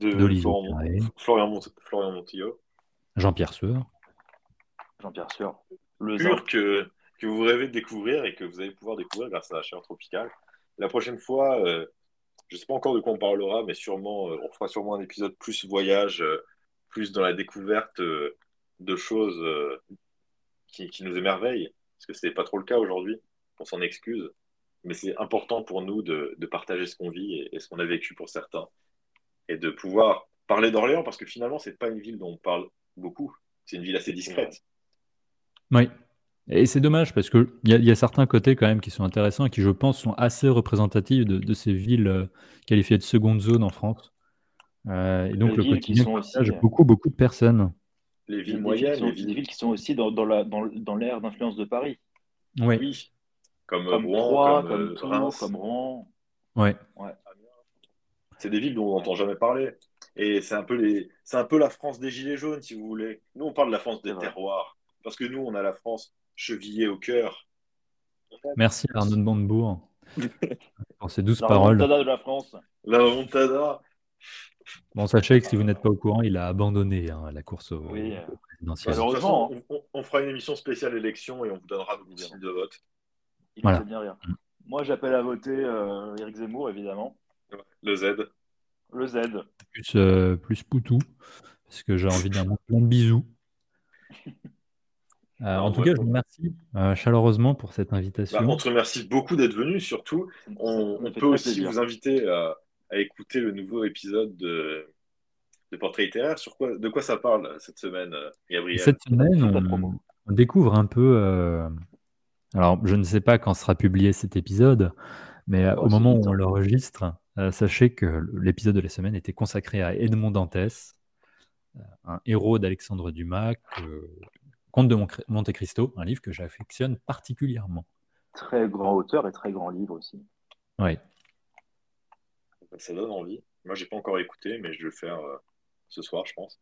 [SPEAKER 2] D'Olivier
[SPEAKER 1] Florent Mon-
[SPEAKER 2] Carré.
[SPEAKER 1] Florian, Mont- Florian Montillo.
[SPEAKER 2] Jean-Pierre Sueur.
[SPEAKER 3] Jean-Pierre Sueur, le Zin.
[SPEAKER 1] pur que, que vous rêvez de découvrir et que vous allez pouvoir découvrir grâce à la chaleur tropicale. La prochaine fois, euh, je ne sais pas encore de quoi on parlera, mais sûrement, euh, on fera sûrement un épisode plus voyage, euh, plus dans la découverte euh, de choses euh, qui, qui nous émerveillent, parce que ce n'est pas trop le cas aujourd'hui, on s'en excuse, mais c'est important pour nous de, de partager ce qu'on vit et, et ce qu'on a vécu pour certains, et de pouvoir parler d'Orléans, parce que finalement, ce n'est pas une ville dont on parle beaucoup, c'est une ville assez discrète.
[SPEAKER 2] Oui. Et c'est dommage parce qu'il y, a- il y a certains côtés quand même qui sont intéressants et qui, je pense, sont assez représentatifs de, de ces villes euh, qualifiées de seconde zone en France. Euh, et donc
[SPEAKER 3] Des
[SPEAKER 2] le
[SPEAKER 3] villes
[SPEAKER 2] quotidien
[SPEAKER 3] qui sont aussi- euh,
[SPEAKER 2] partage beaucoup, beaucoup de personnes.
[SPEAKER 1] Les
[SPEAKER 3] Des
[SPEAKER 1] villes
[SPEAKER 3] villes qui
[SPEAKER 1] moyennes,
[SPEAKER 3] sont-
[SPEAKER 1] les
[SPEAKER 3] des
[SPEAKER 1] villes
[SPEAKER 3] villes qui sont aussi dans, dans, la, dans, dans l'ère d'influence de Paris.
[SPEAKER 2] Oui.
[SPEAKER 1] Oui, comme,
[SPEAKER 3] Comme
[SPEAKER 1] Rouen,
[SPEAKER 3] Troyes,
[SPEAKER 1] comme,
[SPEAKER 3] comme
[SPEAKER 1] euh,
[SPEAKER 3] Tours,
[SPEAKER 1] Reims.
[SPEAKER 3] comme Rouen.
[SPEAKER 2] Ouais.
[SPEAKER 1] C'est des villes dont on n'entend jamais parler. Et c'est un peu les, c'est un peu la France des gilets jaunes, si vous voulez. Nous, on parle de la France
[SPEAKER 3] C'est
[SPEAKER 1] des
[SPEAKER 3] vrai.
[SPEAKER 1] terroirs, parce que nous, on a la France chevillée au cœur.
[SPEAKER 2] Merci Arnaud de
[SPEAKER 3] *laughs*
[SPEAKER 2] Bandebourg pour ces douces
[SPEAKER 3] La
[SPEAKER 2] paroles.
[SPEAKER 3] remontada de la France.
[SPEAKER 1] La
[SPEAKER 3] Bah,
[SPEAKER 1] remontada.
[SPEAKER 2] Bon, sachez que si vous n'êtes pas au courant, il a abandonné hein, la course au,
[SPEAKER 3] Oui, euh,
[SPEAKER 2] au présidentiel.
[SPEAKER 3] Alors-
[SPEAKER 1] Heureusement,
[SPEAKER 3] Heureusement. hein.
[SPEAKER 1] on, on- on fera une émission spéciale élection et on vous donnera nos consignes de vote.
[SPEAKER 3] il
[SPEAKER 2] Voilà.
[SPEAKER 3] me fait bien rire. Moi, j'appelle à voter euh, Éric Zemmour, évidemment.
[SPEAKER 1] Le Z. Bah,
[SPEAKER 3] Le Z.
[SPEAKER 2] Plus, euh, plus Poutou, parce que j'ai envie d'un plein de bisous.
[SPEAKER 3] Bah,
[SPEAKER 2] Euh, en
[SPEAKER 1] Non,
[SPEAKER 2] tout
[SPEAKER 1] moi-
[SPEAKER 2] cas, je vous remercie euh, chaleureusement pour cette
[SPEAKER 1] Bah,
[SPEAKER 2] invitation.
[SPEAKER 1] on te remercie beaucoup d'être venu, surtout.
[SPEAKER 3] Ça me- ça
[SPEAKER 1] On,
[SPEAKER 3] me
[SPEAKER 1] on
[SPEAKER 3] fait
[SPEAKER 1] peut
[SPEAKER 3] très
[SPEAKER 1] aussi
[SPEAKER 3] plaisir.
[SPEAKER 1] vous inviter à, à écouter le nouveau épisode de, de Portrait littéraire. Sur quoi, de quoi ça parle cette semaine, euh, Gabriel?
[SPEAKER 2] Cette semaine,
[SPEAKER 3] Toute la
[SPEAKER 2] on,
[SPEAKER 3] promo.
[SPEAKER 2] on découvre un peu. euh, alors, je ne sais pas quand sera publié cet épisode, mais euh,
[SPEAKER 3] Ouais,
[SPEAKER 2] au
[SPEAKER 3] c'est
[SPEAKER 2] moment où
[SPEAKER 3] vite,
[SPEAKER 2] on
[SPEAKER 3] hein.
[SPEAKER 2] l'enregistre, euh, sachez que l'épisode de la semaine était consacré à Edmond Dantès, euh, un héros d'Alexandre Dumas, que- Comte de Mon- Monte Cristo, un livre que j'affectionne particulièrement.
[SPEAKER 3] Très grand auteur et très grand livre aussi.
[SPEAKER 2] Oui,
[SPEAKER 1] Ça donne envie. Moi, j'ai pas encore écouté, mais je vais le faire euh, ce soir, je pense.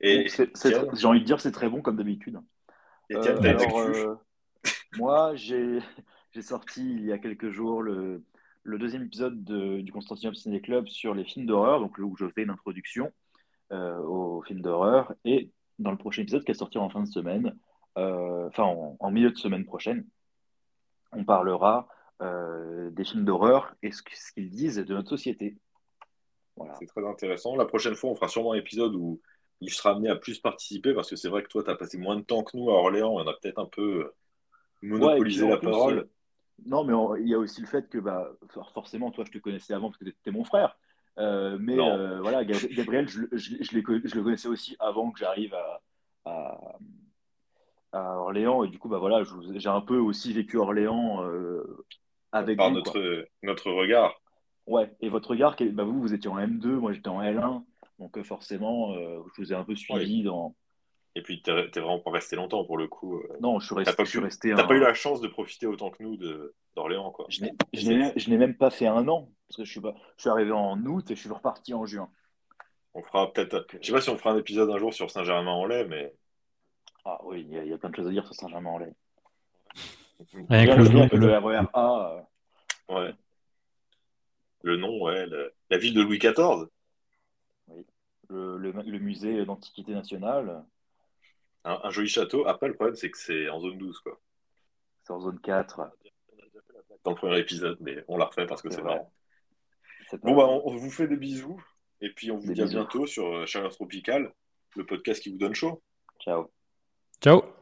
[SPEAKER 1] Et
[SPEAKER 3] Donc, c'est- c'est-
[SPEAKER 1] Étienne,
[SPEAKER 3] J'ai envie de dire, c'est très bon comme d'habitude.
[SPEAKER 1] Étienne,
[SPEAKER 3] Euh,
[SPEAKER 1] t'as une
[SPEAKER 3] alors,
[SPEAKER 1] actu
[SPEAKER 3] *laughs* euh, moi, j'ai j'ai sorti il y a quelques jours le, le deuxième épisode de- du Constantinople Ciné Club sur les films d'horreur, donc où je fais une introduction euh, aux films d'horreur. Et dans le prochain épisode qui va sortir en fin de semaine, euh, enfin en, en milieu de semaine prochaine, on parlera euh, des films d'horreur et ce, que- ce qu'ils disent de notre société. Voilà.
[SPEAKER 1] C'est très intéressant. La prochaine fois, on fera sûrement un épisode où il sera amené à plus participer parce que c'est vrai que toi, tu as passé moins de temps que nous à Orléans et on a peut-être un peu euh, monopolisé
[SPEAKER 3] Ouais, et
[SPEAKER 1] la
[SPEAKER 3] puis en plus,
[SPEAKER 1] parole.
[SPEAKER 3] euh, non, mais on- il y a aussi le fait que bah, for- forcément, toi, je te connaissais avant parce que t'étais mon frère. Euh, mais
[SPEAKER 1] Non.
[SPEAKER 3] euh, voilà, Gab- Gabriel, je, le- je- je l'ai con- je le connaissais aussi avant que j'arrive à, à- à Orléans. Et du coup, bah, voilà, je vous- j'ai un peu aussi vécu Orléans euh, avec
[SPEAKER 1] par
[SPEAKER 3] vous, quoi.
[SPEAKER 1] notre, euh, notre regard.
[SPEAKER 3] Ouais, et votre regard, quel- bah, vous, vous étiez en M2, moi j'étais en L1. Donc euh, forcément, euh, je vous ai un peu suivi dans...
[SPEAKER 1] Et puis, t'es t'es vraiment pas resté longtemps pour le coup. euh.
[SPEAKER 3] Non, je suis
[SPEAKER 1] T'as pas
[SPEAKER 3] resté... je suis
[SPEAKER 1] pu-
[SPEAKER 3] resté
[SPEAKER 1] T'as
[SPEAKER 3] un-
[SPEAKER 1] pas eu la chance de profiter autant que nous de- d'Orléans, quoi.
[SPEAKER 3] Je n'ai- je n'ai je n'ai même pas fait un an, parce que je suis, pas- je suis arrivé en août et je suis reparti en juin.
[SPEAKER 1] On fera peut-être. Je sais pas si on fera un épisode un jour sur Saint-Germain-en-Laye, mais
[SPEAKER 3] Ah oui, il y, a- il y a plein de choses à dire sur Saint-Germain-en-Laye.
[SPEAKER 2] Rien
[SPEAKER 3] Rien
[SPEAKER 2] que le
[SPEAKER 3] que
[SPEAKER 2] nom,
[SPEAKER 3] dire que
[SPEAKER 2] déjà.
[SPEAKER 3] le RER A, euh,
[SPEAKER 1] ouais. Le nom, ouais. le- La ville de Louis XIV.
[SPEAKER 3] le, le- le musée d'Antiquité nationale,
[SPEAKER 1] Un, un joli château. Après, le problème, c'est que c'est en zone 12, quoi.
[SPEAKER 3] c'est en zone 4.
[SPEAKER 1] Dans le premier épisode, mais on la refait parce que
[SPEAKER 3] C'est
[SPEAKER 1] c'est
[SPEAKER 3] vrai.
[SPEAKER 1] marrant.
[SPEAKER 3] C'est pas-
[SPEAKER 1] Bon, bah, on, on vous fait des bisous. Et puis, on vous
[SPEAKER 3] Des
[SPEAKER 1] dit à
[SPEAKER 3] bisous.
[SPEAKER 1] bientôt sur euh, Chaleur Tropicale, le podcast qui vous donne chaud.
[SPEAKER 3] Ciao.
[SPEAKER 2] Ciao